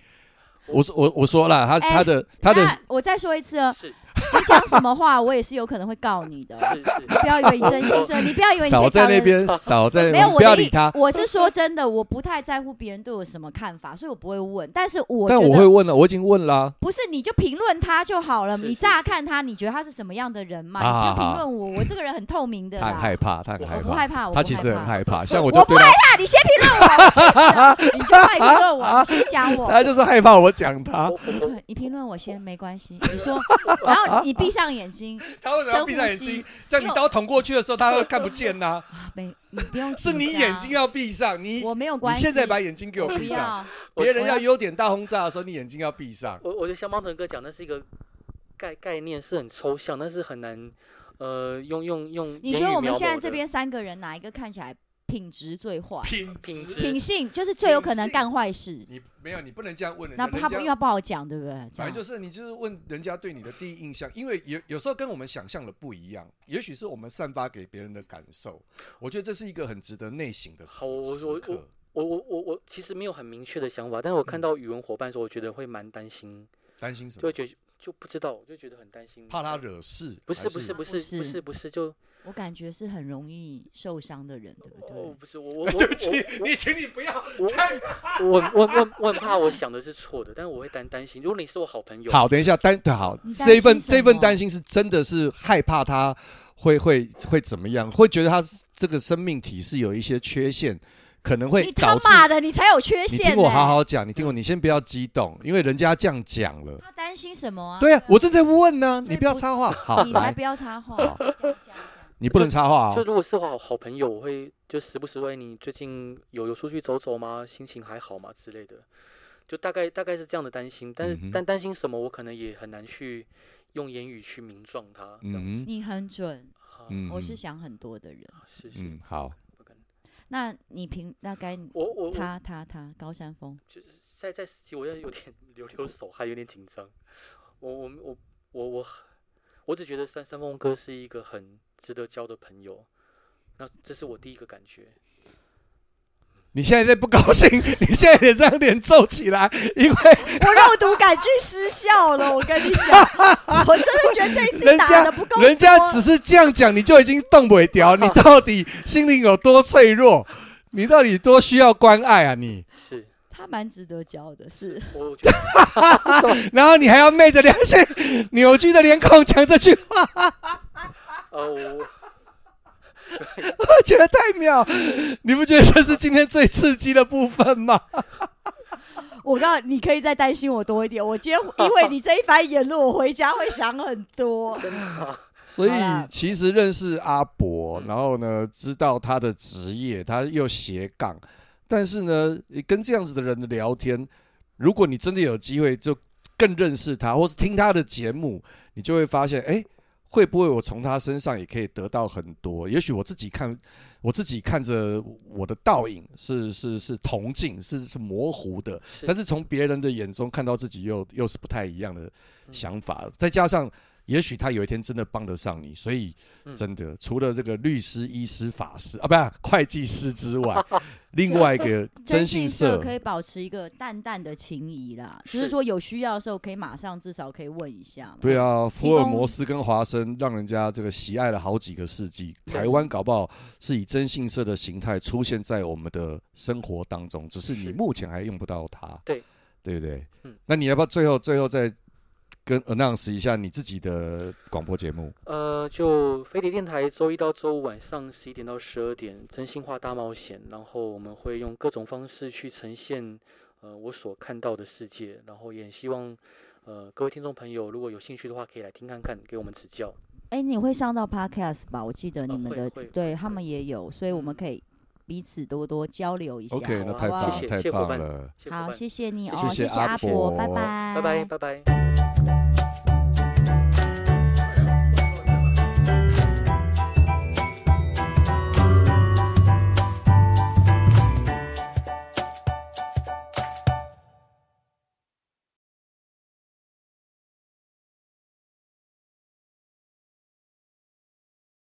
S3: 我说我我说了，他
S1: 哎
S3: 他的他的
S1: 那我再说一次哦，
S4: 是
S1: 你讲什么话，我也是有可能会告你的。
S4: 是是，
S1: 不要以为你真心生，你不要以为你可以
S3: 少在
S1: 找人
S3: 那。边，少在，
S1: 没有，
S3: 我们
S1: 我
S3: 不要
S1: 的
S3: 理
S1: 意
S3: 他，。
S1: 我是说真的，我不太在乎别人对我什么看法，所以我不会问。但是我
S3: 但
S1: 觉
S3: 我
S1: 得
S3: 会问了，我已经问啦。
S1: 不是，你就评论他就好了。
S4: 是
S1: 你
S4: 是
S1: 乍
S4: 是
S1: 看他，你觉得他是什么样的人嘛？
S3: 好
S1: 你不要
S3: 啊好
S1: 评
S3: 好
S1: 论我，我这个人很透明的
S3: 他很
S1: 啦。
S3: 害怕，他很害
S1: 我不害
S3: 怕，
S1: 怕，我
S3: 他
S1: 不
S3: 其实
S1: 怕。
S3: 很 害怕。像我就
S1: 我不
S3: 对他，
S1: 怕，你先评论我，我气死了！你就快评论我，你先讲我。
S3: 他就是害怕我讲他
S4: 我。我我
S1: 对你评论我先没关系，你说，然后你闭上眼睛，
S3: 他为什么要闭上眼
S1: 深
S3: 睛
S1: 呼？
S3: 这样你刀捅过去的时候，他会看不 见呐。
S1: 啊没，你不用
S3: 是
S1: 紧张。
S3: 你眼睛要闭上，你
S1: 我没有
S3: 你
S1: 关系。
S3: 现在把眼睛给我
S1: 不
S3: 闭上。
S1: 要，
S4: 我
S3: 别人
S4: 我
S3: 要优点大轰炸的时候，你眼睛要闭上。
S4: 我我觉得像猫腾哥讲，那是一个概概念，是很抽象，但是很难呃用用用
S1: 你
S4: 言
S1: 觉得
S4: 语
S1: 我们
S4: 描
S1: 现在
S4: 摹
S1: 这
S4: 的
S1: 边三个人哪一个看起来品质最坏，
S3: 品
S4: 品
S3: 质
S4: 质
S1: 品性就是最有可能
S3: 品性
S1: 干坏事。
S3: 你没有，你不能这样问人家。
S1: 那他
S3: 人
S1: 不
S3: 家
S1: 因为他不好讲，对不对？这
S3: 反正
S1: 样
S3: 就是你就是问人家对你的第一印象，因为有有时候跟我们想象的不一样，也许是我们散发给别人的感受。我觉得这是一个很值得内省的时
S4: 好我我
S3: 时刻。
S4: 我我我我其实没有很明确的想法，但是我
S3: 嗯
S4: 看到语文伙伴的时候，我觉得会蛮担心，
S3: 担心什
S4: 就
S3: 么
S4: 会？觉得就不知道，我就觉得很担心。
S3: 怕他惹事？
S4: 不是
S3: 还
S4: 不是
S3: 是
S4: 不
S1: 不
S4: 是
S1: 是
S4: 不是不是，就
S1: 我感觉是很容易受伤的人，对不对？
S4: 哦不是我我我
S3: 对不起，
S4: 我
S3: 你请你不要
S4: 我
S3: 再。
S4: 我我我我我很怕我想的是错的，但是我会担担心。如果你是我好朋友，
S3: 好，等一下担对好
S1: 你，担
S3: 这一份
S1: 心什
S3: 这份
S1: 么
S3: 担心是真的是害怕他会会会怎么样？会觉得他这个生命体是有一些缺陷，可能会
S1: 你他
S3: 导致。
S1: 妈的，你才有缺
S3: 你
S1: 陷、呢！
S3: 听我好好讲，你
S1: 嗯
S3: 听我，你先不要激动，因为人家这样讲了。
S1: 他担心什么啊？
S3: 对啊，我正在问呢，
S1: 所以
S3: 你不要
S1: 不
S3: 插话。好，
S1: 你 才
S3: 来
S1: 不，要插话。
S3: 好
S1: 这样这样
S3: 你不能插话
S4: 就
S3: 哦。
S4: 如果是我好好朋友，我会就时不时问你最近有有出去走走吗？心情还好吗之类的，就大概大概是这样的担心。但是、
S3: 嗯哼
S4: 但担心什么，我可能也很难去用言语去明状它这样子。
S3: 嗯
S1: 你很准，
S4: 啊
S3: 嗯，
S1: 我是
S3: 嗯
S1: 想很多的人。
S4: 是是，
S3: 嗯，好，
S4: 不敢
S1: 那你平大概你
S4: 我我我
S1: 他他他高山峰，
S4: 就是在在实际，我现在有点 流流手汗，有点紧张。我我我我我很我只觉得三三峰哥是一个很值得交的朋友，那这是我第一个感觉。
S3: 你现在在不高兴， 你现在脸上有点皱起来，因为
S1: 我肉毒杆菌失效了。我跟你讲， 我真的觉得这一次
S3: 人
S1: 打
S3: 家
S1: 的不够多。
S3: 人家只是这样讲，你就已经动不掉，你到底心灵有多脆弱？你到底多需要关爱啊你？
S4: 是
S1: 他蛮值得教的，是
S4: 我觉得
S3: 然后你还要昧着良心、扭曲的脸孔讲这句话，
S4: 呃我
S3: 我觉得太妙！你不觉得这是今天最刺激的部分吗？
S1: 我告诉你，你可以再担心我多一点。我今天因为你这一番言论，我回家会想很多。
S4: 真的啊
S3: 所以
S1: 好啦
S3: 其实认识阿伯，
S4: 嗯
S3: 然后呢，知道他的职业，他又斜杠，但是呢，跟这样子的人聊天，如果你真的有机会，就更认识他，或是听他的节目，你就会发现，哎、会不会我从他身上也可以得到很多？也许我自己看，我自己看着我的倒影是是是同镜，是是模糊的，
S4: 是
S3: 但是从别人的眼中看到自己又又是不太一样的
S4: 嗯
S3: 想法，再加上也许他有一天真的帮得上你，所以
S4: 嗯
S3: 真的、除了这个律师、医师、法师啊，不是会计师之 外，另外一个征信社
S1: 可以保持一个淡淡的情谊啦，
S4: 是
S1: 就是说有需要的时候可以马上至少可以问一下嘛。
S3: 对
S1: 啊，
S4: 嗯
S3: 啊，福尔摩斯跟华生让人家这个喜爱了好几个世纪。
S4: 对
S3: 台湾搞不好是以征信社的形态出现在我们的生活当中，只是你
S4: 是
S3: 目前还用不到它。
S4: 对，
S3: 对不对？
S4: 嗯
S3: 那你要不要最后最后再跟 announce 一下你自己的广播节目？
S4: 呃，就飞碟电台周一到周五晚上十一点到十二点，真心话大冒险。然后我们会用各种方式去呈现，呃，我所看到的世界。然后也很希望，呃，各位听众朋友如果有兴趣的话，可以来听看看，给我们指教。
S1: 哎，你会上到 podcast 吧？我记得你们
S4: 会
S1: 的
S4: 会
S1: 对
S4: 会
S1: 他们也有，所以我们
S4: 嗯
S1: 可以彼此多多交流一下。
S3: OK，
S4: 好
S3: 那
S4: 啊
S3: 太棒
S1: 好
S3: 了，
S1: 啊
S4: 谢谢
S3: 太
S4: 谢谢伙
S3: 棒
S4: 伴
S3: 了。
S4: 谢谢伙
S1: 好，
S4: 伴
S1: 谢谢你哦，
S3: 谢谢
S1: 谢阿
S3: 阿
S1: 伯，拜
S3: 伯
S1: 拜，
S4: 拜拜拜拜。